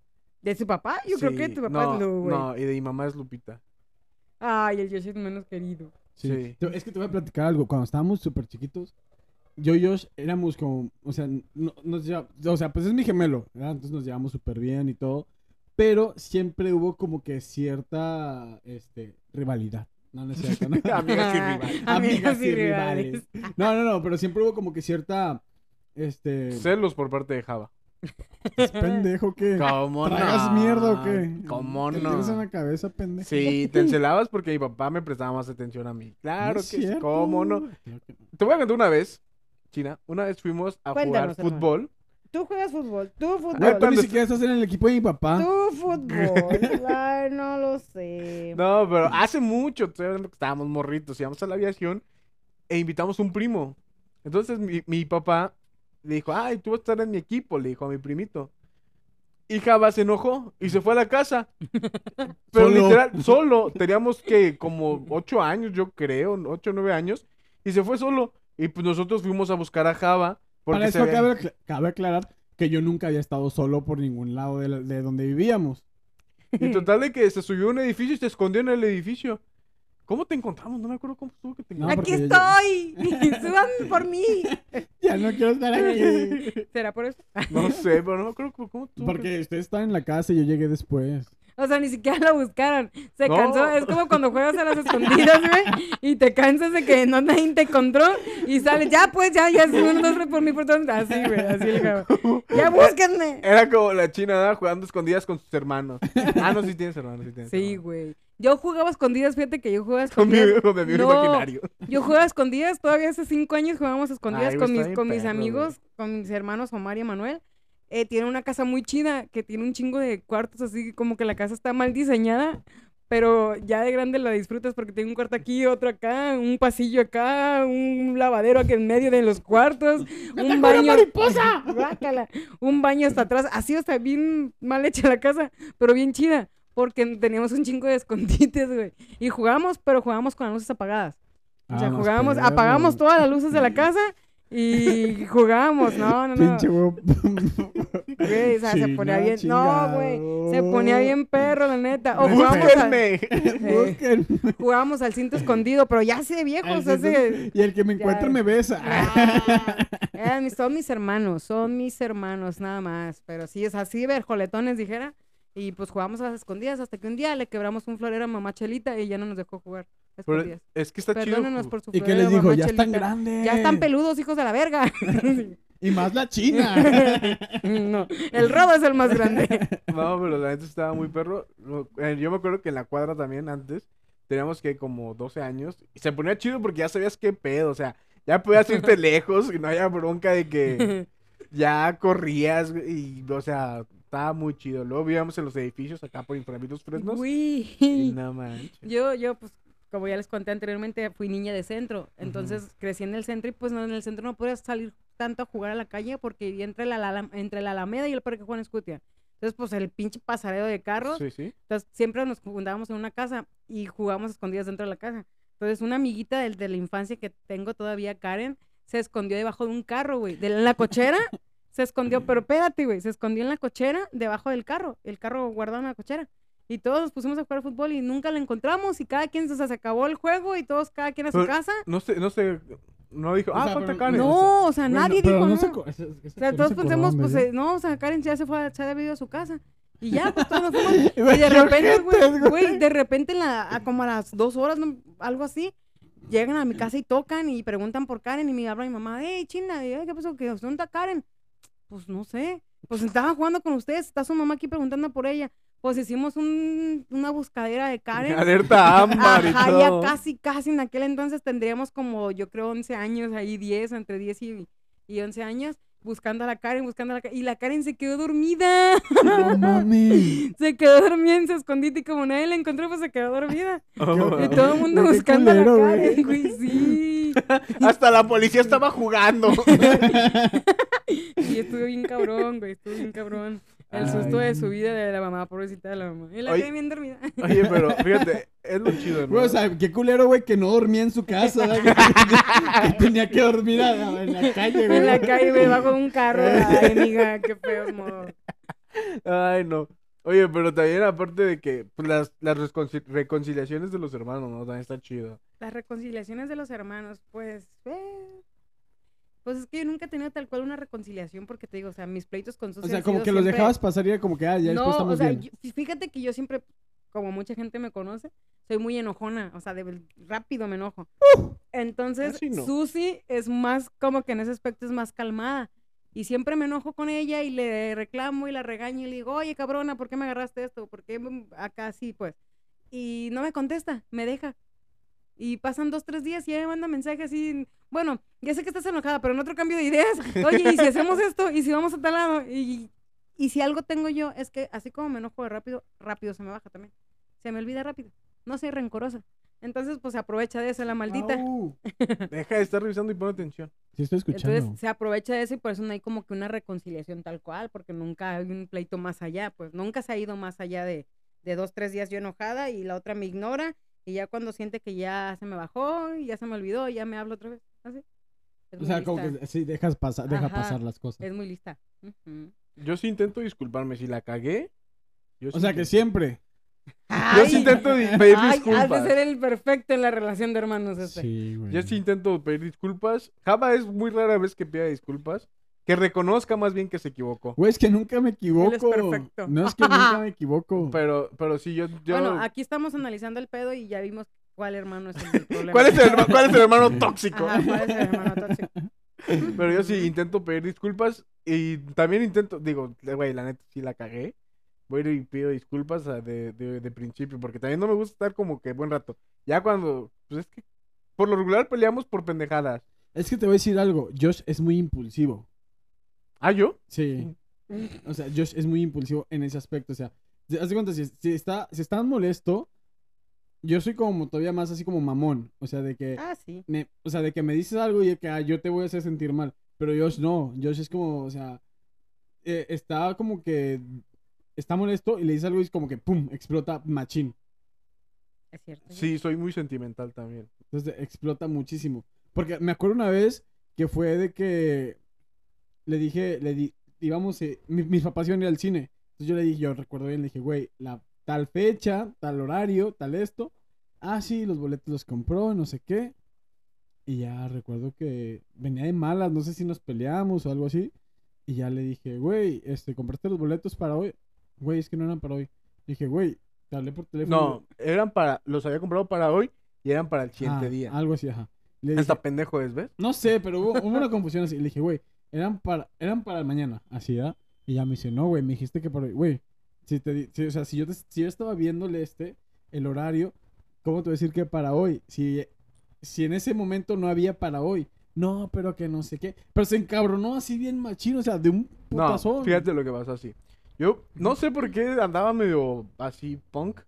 Speaker 4: ¿De su papá? Yo creo que
Speaker 2: Sí,
Speaker 4: tu papá
Speaker 2: no,
Speaker 4: es Lu, güey.
Speaker 2: No, y de mi mamá es Lupita. <laughs>
Speaker 4: Ay, el Yoshi es menos querido.
Speaker 3: Sí.
Speaker 2: Sí.
Speaker 3: Te- Es que te voy a platicar algo. Cuando estábamos súper chiquitos, yo y Josh éramos como, o sea, no- nos lleva- o sea, pues es mi gemelo, ¿verdad? Entonces nos llevamos súper bien y todo. Pero siempre hubo como que cierta, este, rivalidad. No, no es
Speaker 2: <laughs>
Speaker 3: cierto, ¿no? <laughs>
Speaker 2: Amigas y
Speaker 4: Ah,
Speaker 2: rivales.
Speaker 4: Amigas y rivales.
Speaker 3: No, no, no, pero siempre hubo como que cierta, este...
Speaker 2: Celos por parte de Java.
Speaker 3: Es pendejo
Speaker 2: <laughs>
Speaker 3: que...
Speaker 2: ¿Cómo
Speaker 3: ¿Tragas mierda o qué?
Speaker 2: ¿Cómo
Speaker 3: ¿Te tienes en la
Speaker 2: no?
Speaker 3: cabeza, pendejo? <laughs>
Speaker 4: <laughs>
Speaker 2: Sí, te encelabas porque mi papá me prestaba más atención a mí. Claro
Speaker 3: No
Speaker 2: que
Speaker 3: es
Speaker 2: sí,
Speaker 3: cierto.
Speaker 2: ¿cómo no?
Speaker 3: Claro que no.
Speaker 2: Te voy a contar una vez, China. Una vez fuimos a
Speaker 4: Cuéntanos,
Speaker 2: jugar fútbol.
Speaker 4: Tú juegas fútbol, tú fútbol.
Speaker 3: Güey, tú ni
Speaker 2: cuando-
Speaker 3: siquiera estás en el equipo de mi papá.
Speaker 2: <laughs>
Speaker 4: Tú fútbol. Ay, no lo sé.
Speaker 2: No, pero hace mucho, estoy hablando que estábamos morritos, íbamos a la aviación e invitamos un primo. Entonces mi, mi papá le dijo, ay, tú vas a estar en mi equipo, le dijo a mi primito. Y Java se enojó y se fue a la casa. Pero
Speaker 3: Solo.
Speaker 2: literal, solo. Teníamos que como ocho años, yo creo, ocho o nueve años. Y se fue solo. Y pues nosotros fuimos a buscar a Java. Porque
Speaker 3: Para
Speaker 2: se
Speaker 3: eso
Speaker 2: había-
Speaker 3: cabe, acla- cabe aclarar que yo nunca había estado solo por ningún lado de, la- de donde vivíamos.
Speaker 4: <laughs>
Speaker 2: Y total de que se subió a un edificio y se escondió en el edificio. ¿Cómo te encontramos? No me acuerdo cómo estuvo que te
Speaker 3: No,
Speaker 2: encontramos.
Speaker 4: Aquí
Speaker 3: porque yo-
Speaker 2: <laughs>
Speaker 4: estoy. <laughs> Suban por mí.
Speaker 3: Ya no quiero estar
Speaker 2: <laughs>
Speaker 3: aquí.
Speaker 4: ¿Será por eso?
Speaker 2: No sé, pero no me acuerdo cómo- cómo estuvo. que-
Speaker 3: Porque usted está en la casa y yo llegué después.
Speaker 4: O sea, ni siquiera lo buscaron. Se
Speaker 2: No.
Speaker 4: cansó. Es como cuando juegas a las escondidas, güey. Y te cansas de que no nadie te encontró. Y sales, ya pues, ya, ya, uno, dos, tres por mí, por todos. Así, güey. Así le digo, Ya búsquenme.
Speaker 2: Era como la china ¿verdad? jugando escondidas con sus hermanos. Ah, no, sí tienes hermanos, sí tienes
Speaker 4: Sí,
Speaker 2: hermanos.
Speaker 4: güey. Yo jugaba a escondidas, fíjate que yo jugaba a
Speaker 2: Con mi,
Speaker 4: escondidas.
Speaker 2: con mi amigo
Speaker 4: No,
Speaker 2: imaginario. <laughs>
Speaker 4: Yo jugaba a escondidas, todavía hace cinco años jugábamos a escondidas
Speaker 2: Ay, güey,
Speaker 4: con,
Speaker 2: está
Speaker 4: mis,
Speaker 2: bien
Speaker 4: con mis
Speaker 2: perro, güey.
Speaker 4: amigos, con mis hermanos Omar y Manuel. tiene una casa muy chida, que tiene un chingo de cuartos, así como que la casa está mal diseñada, pero ya de grande la disfrutas porque tiene un cuarto aquí, otro acá, un pasillo acá, un lavadero aquí en medio de
Speaker 2: <laughs>
Speaker 4: los cuartos, un baño... mariposa! <laughs> Un baño hasta atrás, así, o sea, bien mal hecha la casa, pero bien chida, porque teníamos un chingo de escondites, güey. Y jugábamos, pero jugábamos con las luces apagadas. O sea,
Speaker 3: Ah, más
Speaker 4: jugábamos,
Speaker 3: perro.
Speaker 4: apagábamos todas las luces de la casa y jugábamos, no, no, no.
Speaker 3: Pinche huevo. <laughs>
Speaker 4: <laughs> Güey, o sea, se
Speaker 3: China,
Speaker 4: ponía bien, no, güey, se ponía bien perro, la neta. O jugábamos, al,
Speaker 2: Búsquenme.
Speaker 4: eh, <laughs>
Speaker 3: Busquen.
Speaker 4: jugábamos al cinto escondido, pero ya sé, viejos, hace...
Speaker 3: Y el que me encuentra
Speaker 4: Ya.
Speaker 3: me besa.
Speaker 4: Ah, eran mis- son mis hermanos, son mis hermanos, nada más. Pero sí, es así, verjoletones, dijera. Y pues jugamos a las escondidas hasta que un día le quebramos un florero a mamá Chelita y ya no nos dejó jugar. a
Speaker 2: Pero
Speaker 4: Escondidas.
Speaker 2: es que está chido.
Speaker 4: Perdónenos
Speaker 2: ju-
Speaker 4: por su
Speaker 3: <laughs> ¿Y qué
Speaker 4: florero,
Speaker 3: les dijo?
Speaker 4: mamá
Speaker 3: Ya están
Speaker 4: Chelita".
Speaker 3: grandes.
Speaker 4: Ya están peludos, hijos de la verga. <laughs>
Speaker 3: Y más la china.
Speaker 4: no, el robo es el más grande.
Speaker 2: No, pero la neta estaba muy perro. Lo- eh, Yo me acuerdo que en la cuadra también antes teníamos que como 12 años y se ponía chido porque ya sabías qué pedo, o sea, ya podías irte lejos y no había bronca de que ya corrías güey, y, o sea, estaba muy chido. Luego vivíamos en los edificios acá por Infravitos Fresnos.
Speaker 4: Güey.
Speaker 2: Y no manches.
Speaker 4: Yo, yo, pues, como ya les conté anteriormente, fui niña de centro. Entonces crecí en el centro y pues no, en el centro no podía salir tanto a jugar a la calle porque vivía entre la, la- entre la Alameda y el Parque Juan Escutia. Entonces, pues el pinche pasareo de carros.
Speaker 2: Sí, sí.
Speaker 4: Entonces, siempre nos juntábamos en una casa y jugábamos escondidas dentro de la casa. Entonces, una amiguita del, de la infancia que tengo todavía, Karen, se escondió debajo de un carro, güey. De la, en la cochera, se
Speaker 3: <laughs>
Speaker 4: escondió, pero espérate, güey. Se escondió en la cochera, debajo del carro. El carro guardado en la cochera. Y todos nos pusimos a jugar fútbol y nunca la encontramos. Y cada quien, o sea, se acabó el juego y todos, cada quien a su
Speaker 2: Pero-
Speaker 4: casa.
Speaker 2: No sé, no sé, no dijo,
Speaker 3: O
Speaker 2: ah,
Speaker 3: sea,
Speaker 2: falta
Speaker 3: pero-
Speaker 2: Karen.
Speaker 4: No, o sea,
Speaker 3: Bueno,
Speaker 4: <laughs> nadie
Speaker 3: pero
Speaker 4: dijo
Speaker 3: no
Speaker 4: nada.
Speaker 3: se co- esa- esa
Speaker 4: O sea,
Speaker 3: historia
Speaker 4: todos
Speaker 3: se
Speaker 4: pensamos,
Speaker 3: corrompe,
Speaker 4: pues,
Speaker 3: ¿no?
Speaker 4: eh, no, o sea, Karen ya se fue, a- se ha debido a su casa. Y ya, pues todos nos fuimos.
Speaker 3: <laughs>
Speaker 4: Y de
Speaker 3: Qué
Speaker 4: repente, güey,
Speaker 3: ojetes,
Speaker 4: güey, de repente, en la, a como a las dos horas, no, algo así, llegan a mi casa y tocan y preguntan por Karen y me habla mi mamá, hey, chinga, y, "Ay, ¿qué pasó? ¿Qué, ¿Dónde está Karen? Pues no sé. Pues estaba jugando con ustedes, está su mamá aquí preguntando por ella. Pues hicimos un- una buscadera de Karen.
Speaker 2: Alerta ámbar y
Speaker 4: Ajá,
Speaker 2: todo.
Speaker 4: ya casi, casi en aquel entonces tendríamos como, yo creo, 11 años, ahí 10, entre 10 y, y 11 años, buscando a la Karen, buscando a la Karen. Y la Karen se quedó dormida.
Speaker 3: No mames.
Speaker 4: se quedó dormida en su escondite y como nadie la encontró, pues se quedó dormida.
Speaker 2: Oh,
Speaker 4: Y todo el mundo
Speaker 3: Ah, Güey, qué
Speaker 4: buscando
Speaker 3: culero,
Speaker 4: a la
Speaker 3: güey.
Speaker 4: Karen, güey, sí.
Speaker 2: <laughs> Hasta la policía estaba jugando.
Speaker 4: Y estuvo bien cabrón, güey, estuvo bien cabrón. El susto de su vida de la mamá, pobrecita de la mamá. Y la
Speaker 2: Oye.
Speaker 4: Karen bien dormida.
Speaker 2: Oye, pero fíjate, es lo chido, ¿no?
Speaker 3: Güey, o sea, qué culero, güey, que no <laughs> dormía en su casa. güey, que- que tenía que dormir a- en la calle, güey.
Speaker 4: En la calle, güey, bajo un carro.
Speaker 3: <laughs>
Speaker 4: Ay, amiga, qué feo, modo.
Speaker 2: Ay, no. Oye, pero también aparte de que pues, las, las reconcil- reconciliaciones de los hermanos, ¿no? También está chido.
Speaker 4: Las reconciliaciones de los hermanos, pues, eh, pues es que yo nunca he tenido tal cual una reconciliación porque te digo, o sea, mis pleitos con sus
Speaker 3: O sea, como que los dejabas pasar y era como que, ah, ya después
Speaker 4: no, o
Speaker 3: estamos
Speaker 4: sea,
Speaker 3: bien.
Speaker 4: yo- fíjate que yo siempre, como mucha gente me conoce, soy muy enojona, o sea, de, rápido me enojo. Entonces,
Speaker 2: Casi no.
Speaker 4: Susi es más, como que en ese aspecto es más calmada. Y siempre me enojo con ella y le reclamo y la regaño y le digo, oye, cabrona, ¿por qué me agarraste esto? ¿Por qué mm, acá sí, pues? Y no me contesta, me deja. Y pasan dos, tres días y ella me manda mensajes así, bueno, ya sé que estás enojada, pero en otro cambio de ideas, oye, ¿y si hacemos esto? ¿Y si vamos a tal lado? Y, y si algo tengo yo es que así como me enojo de rápido, rápido se me baja también. Se me olvida rápido. No soy rencorosa. Entonces, pues se aprovecha de eso la maldita.
Speaker 3: Au.
Speaker 2: Deja de estar revisando y pon atención.
Speaker 3: Sí, estoy escuchando.
Speaker 4: Entonces se aprovecha de eso y por eso no hay como que una reconciliación tal cual, porque nunca hay un pleito más allá, pues nunca se ha ido más allá de, de dos, tres días yo enojada y la otra me ignora y ya cuando siente que ya se me bajó, y ya se me olvidó, ya me habla otra vez. Así. Es
Speaker 3: o
Speaker 4: muy
Speaker 3: sea, como
Speaker 4: lista,
Speaker 3: que sí, dejas pasar, deja
Speaker 4: Ajá.
Speaker 3: pasar las cosas.
Speaker 4: Es muy lista. Ujú.
Speaker 2: Yo sí intento disculparme. Si la cagué, yo sí
Speaker 3: O sea, que
Speaker 2: intento-
Speaker 3: siempre.
Speaker 2: Yo
Speaker 4: Ay,
Speaker 2: sí intento
Speaker 4: <laughs>
Speaker 2: di- pedir
Speaker 4: ay, has de
Speaker 2: disculpas.
Speaker 4: ser el perfecto en la relación de hermanos este.
Speaker 3: Sí, güey.
Speaker 2: Yo sí intento pedir disculpas. Java es muy rara vez que pida disculpas. Que reconozca más bien que se equivocó.
Speaker 3: Güey, es que nunca me equivoco.
Speaker 4: perfecto.
Speaker 3: No es que
Speaker 4: <laughs>
Speaker 3: nunca me equivoco.
Speaker 2: Pero, pero sí, yo... yo...
Speaker 4: Bueno, ah, aquí estamos analizando el pedo y ya vimos cuál hermano es
Speaker 2: <laughs>
Speaker 4: el del problema.
Speaker 2: ¿Cuál, es el, herma- cuál es el
Speaker 3: <laughs>
Speaker 2: hermano tóxico?
Speaker 4: Ajá, ¿Cuál es el hermano
Speaker 2: <laughs>
Speaker 4: tóxico?
Speaker 2: Pero yo sí
Speaker 4: Ujú.
Speaker 2: intento pedir disculpas y también intento, digo, le- güey, la neta sí la cagué. Voy y pido disculpas a- de, de- de principio, porque también no me gusta estar como que buen rato. Ya cuando, pues es que por lo regular peleamos por pendejadas.
Speaker 3: Es que te voy a decir algo. Josh es muy impulsivo.
Speaker 2: ¿Ah, yo?
Speaker 3: Sí. O sea, Josh es muy impulsivo en ese aspecto. O sea, te- haz de cuenta, si, si está, si estás molesto, yo soy como todavía más así como mamón. O sea, de que,
Speaker 4: Ah, sí.
Speaker 3: me- o sea, de que me dices algo y de que ah, yo te voy a hacer sentir mal. Pero Josh no. Josh es como, o sea, eh, está como que está molesto y le dices algo y es como que pum, explota machín.
Speaker 4: Es cierto. ¿eh?
Speaker 2: Sí, soy muy sentimental también.
Speaker 3: Entonces explota muchísimo. Porque me acuerdo una vez que fue de que le dije, le di, íbamos, eh, mi- mis papás iban a ir al cine. Entonces yo le dije, yo recuerdo bien, le dije, güey, la tal fecha, tal horario, tal esto. Ah, sí, los boletos los compró, no sé qué. Y ya recuerdo que venía de malas, no sé si nos peleamos o algo así. Y ya le dije, güey, este, compraste los boletos para hoy. Güey, es que no eran para hoy. Dije, güey, te hablé por teléfono.
Speaker 2: No, eran para, los había comprado para hoy y eran para el siguiente
Speaker 3: Ah,
Speaker 2: día.
Speaker 3: Algo así, ajá. Le dije,
Speaker 2: Hasta pendejo es, ¿ves?
Speaker 3: no sé, pero hubo, hubo una confusión así. Le dije, güey, eran para, eran para el mañana, así, ¿verdad? Y ya me dice, no, güey, me dijiste que para hoy. Güey, si te, di- si- o sea, si yo, te- si yo estaba viéndole este, el horario, ¿cómo te voy a decir que para hoy? Si, si en ese momento no había para hoy. no, pero que no sé qué. Pero se encabronó así bien machino, o sea, de un
Speaker 2: No,
Speaker 3: putazón.
Speaker 2: fíjate lo que pasó así. Yo no sé por qué andaba medio así punk.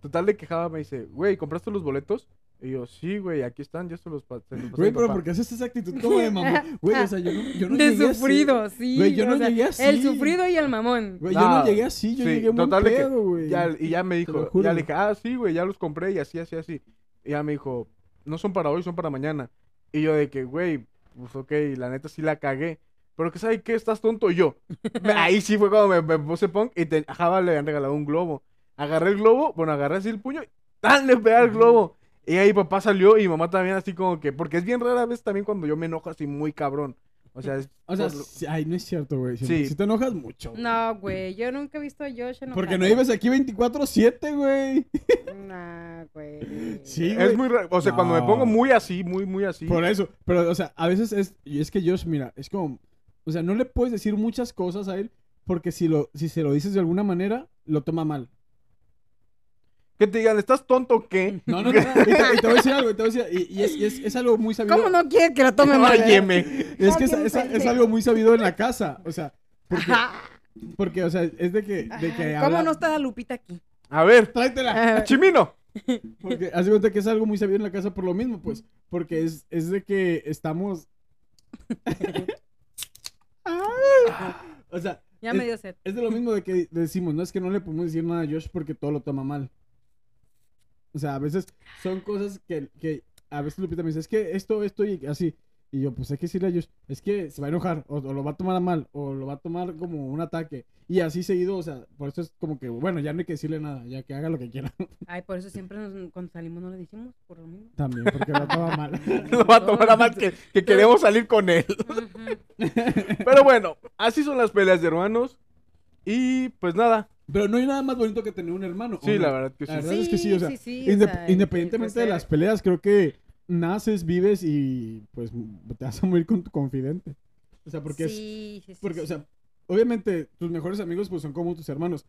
Speaker 2: Total de quejaba, me dice, güey, ¿compraste los boletos? Y yo, sí, güey, aquí están, yo se los, pa- se los pasé a pues,
Speaker 3: Güey,
Speaker 2: mi
Speaker 3: pero
Speaker 2: papá".
Speaker 3: ¿por qué haces esa actitud como de
Speaker 4: <laughs>
Speaker 3: mamón? Güey, o sea, yo no, yo no
Speaker 4: de
Speaker 3: llegué así.
Speaker 4: sufrido, sí.
Speaker 3: Güey, yo no
Speaker 4: o sea,
Speaker 3: llegué así.
Speaker 4: El sufrido y el mamón.
Speaker 3: Güey, yo
Speaker 2: Nah,
Speaker 3: no llegué así, yo
Speaker 2: sí,
Speaker 3: llegué muy
Speaker 2: total de que
Speaker 3: pedo, güey.
Speaker 2: Ya- y ya me
Speaker 3: lo
Speaker 2: dijo,
Speaker 3: juro.
Speaker 2: ya le dije, ah, sí, güey, ya los compré y así, así, así. Y ya me dijo, no son para hoy, son para mañana. Y yo de que, güey, pues ok, la neta sí la cagué. Pero que sabe qué, estás tonto Y yo. me- Ahí sí fue cuando me, me puse punk y te, a Java le habían regalado un globo. Agarré el globo, bueno, agarré así el puño y ¡tan! le pegué al globo. Y ahí papá salió y mamá también así como que, porque es bien rara vez también cuando yo me enojo así muy cabrón. O sea, es
Speaker 3: O sea,
Speaker 2: por lo-
Speaker 3: sí- ay, no es cierto, güey. Si,
Speaker 2: Sí.
Speaker 3: si te enojas mucho. güey.
Speaker 4: No, güey, yo nunca he visto a Josh enojado.
Speaker 3: Porque no vives aquí 24-7, güey.
Speaker 4: Nah, güey.
Speaker 3: Sí, güey.
Speaker 2: es muy raro. O sea, cuando me
Speaker 3: No.
Speaker 2: pongo muy así, muy, muy así.
Speaker 3: Por e eso. Pero, o sea, a veces es. Y es que Josh, mira, es como. O sea, no le puedes decir muchas cosas a él. Porque si, lo, si se lo dices de alguna manera, lo toma mal.
Speaker 2: Que te digan, ¿estás tonto o qué?
Speaker 3: No, <laughs> no, no. y, te, y te voy a decir algo. y te voy a decir- y y es, y es, es algo muy sabido.
Speaker 4: ¿Cómo no quiere que la tome mal? eh?
Speaker 3: <laughs>
Speaker 2: Óyeme.
Speaker 3: Es que
Speaker 4: Fucking
Speaker 3: es, es- es
Speaker 4: pendejo.
Speaker 3: algo muy sabido en la casa. O sea, porque,
Speaker 4: Ajá.
Speaker 3: porque o sea, es de que. De que
Speaker 4: Ay,
Speaker 3: habla-
Speaker 4: ¿Cómo no está la Lupita aquí?
Speaker 2: A ver,
Speaker 3: Tráetela.
Speaker 4: Ah,
Speaker 2: Chimino.
Speaker 3: Porque haz de cuenta que es algo muy sabido en la casa por lo mismo, pues. Porque es, es de que estamos. <laughs> o sea,
Speaker 4: ya me dio sed.
Speaker 3: es de lo mismo de que decimos, no es que no le podemos decir nada a Josh porque todo lo toma mal. O sea, a veces son cosas que, que a veces Lupita me dice, es que esto, esto y así. Y yo, pues hay que decirle a Josh, es que se va a enojar, o, o lo va a tomar a mal, o lo va a tomar como un ataque. Y así seguido, o sea, por eso es como que, bueno, ya no hay que decirle nada, ya que haga lo que quiera. <laughs>
Speaker 4: Ay, por eso siempre nos- cuando salimos no le dijimos, por lo mismo.
Speaker 3: También, porque lo toma mal.
Speaker 2: <laughs> Lo va a tomar a mal que, que queremos salir con él.
Speaker 4: Ujú.
Speaker 2: Pero bueno, así son las peleas de hermanos. Y pues nada.
Speaker 3: Pero no hay nada más bonito que tener un hermano. ¿o
Speaker 2: Sí,
Speaker 3: no?
Speaker 2: la verdad que sí.
Speaker 3: La verdad es que sí, o sea,
Speaker 4: sí, o
Speaker 3: Indep-
Speaker 4: sea, y-
Speaker 3: independientemente
Speaker 4: y
Speaker 3: de
Speaker 4: pues,
Speaker 3: las peleas, creo que naces, vives y pues te vas a morir con tu confidente. O sea, porque es...
Speaker 4: sí, sí, sí,
Speaker 3: Porque, o
Speaker 4: sí.
Speaker 3: sea, obviamente tus mejores amigos pues son como tus hermanos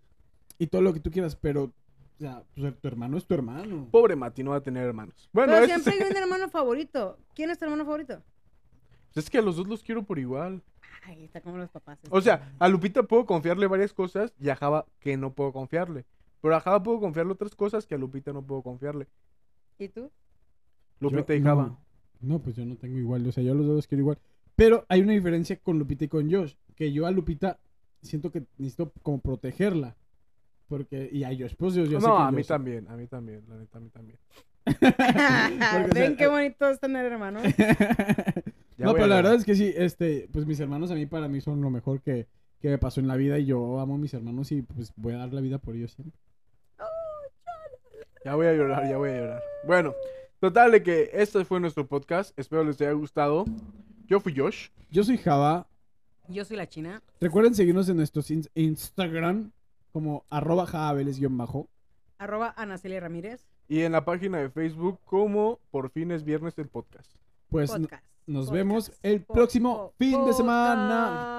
Speaker 3: y todo lo que tú quieras, pero, o sea, tu, tu hermano es tu hermano.
Speaker 2: Pobre Mati no va a tener hermanos. Bueno,
Speaker 4: Pero
Speaker 2: es,
Speaker 4: siempre
Speaker 3: <laughs>
Speaker 4: hay un hermano favorito. ¿Quién es tu hermano favorito?
Speaker 2: es que a los dos los quiero por igual.
Speaker 4: Ay, está como los papás. este.
Speaker 2: O sea, a Lupita puedo confiarle varias cosas y a Java que no puedo confiarle. Pero a Java puedo confiarle otras cosas que a Lupita no puedo confiarle.
Speaker 3: <laughs>
Speaker 4: ¿Y tú?
Speaker 2: Lupita
Speaker 3: Yo-
Speaker 2: y
Speaker 3: no.
Speaker 2: Java.
Speaker 3: No, pues yo no tengo igual, o sea, yo a los dos los quiero igual. Pero hay una diferencia con Lupita y con Josh, que yo a Lupita siento que necesito como protegerla. Porque, y a Josh, pues yo, yo sé
Speaker 2: No,
Speaker 3: que
Speaker 2: a mí
Speaker 3: Josh-
Speaker 2: también, a mí también, la neta, a mí también.
Speaker 3: o sea,
Speaker 4: <laughs> Ven qué bonito es tener hermanos.
Speaker 3: <laughs>
Speaker 2: Ya
Speaker 3: no,
Speaker 2: voy a
Speaker 3: pero la
Speaker 2: ganar.
Speaker 3: verdad es que sí, este, pues mis hermanos a mí para mí son lo mejor que, que me pasó en la vida y yo amo a mis hermanos y pues voy a dar la vida por ellos siempre.
Speaker 2: Ya voy a llorar, ya voy a llorar. Bueno, total de que este fue nuestro podcast. Espero les haya gustado. Yo fui Josh.
Speaker 3: Yo soy Java.
Speaker 4: Yo soy la china.
Speaker 3: Recuerden seguirnos en nuestros ins- Instagram como arroba javeles guión bajo.
Speaker 4: Arroba Ana Celia Ramírez.
Speaker 2: Y en la página de Facebook como Por fin es viernes el podcast.
Speaker 3: Pues n-
Speaker 4: Podcast.
Speaker 3: nos
Speaker 4: podcast,
Speaker 3: vemos el
Speaker 4: po-
Speaker 3: próximo
Speaker 4: po-
Speaker 3: fin de semana.
Speaker 4: podcast.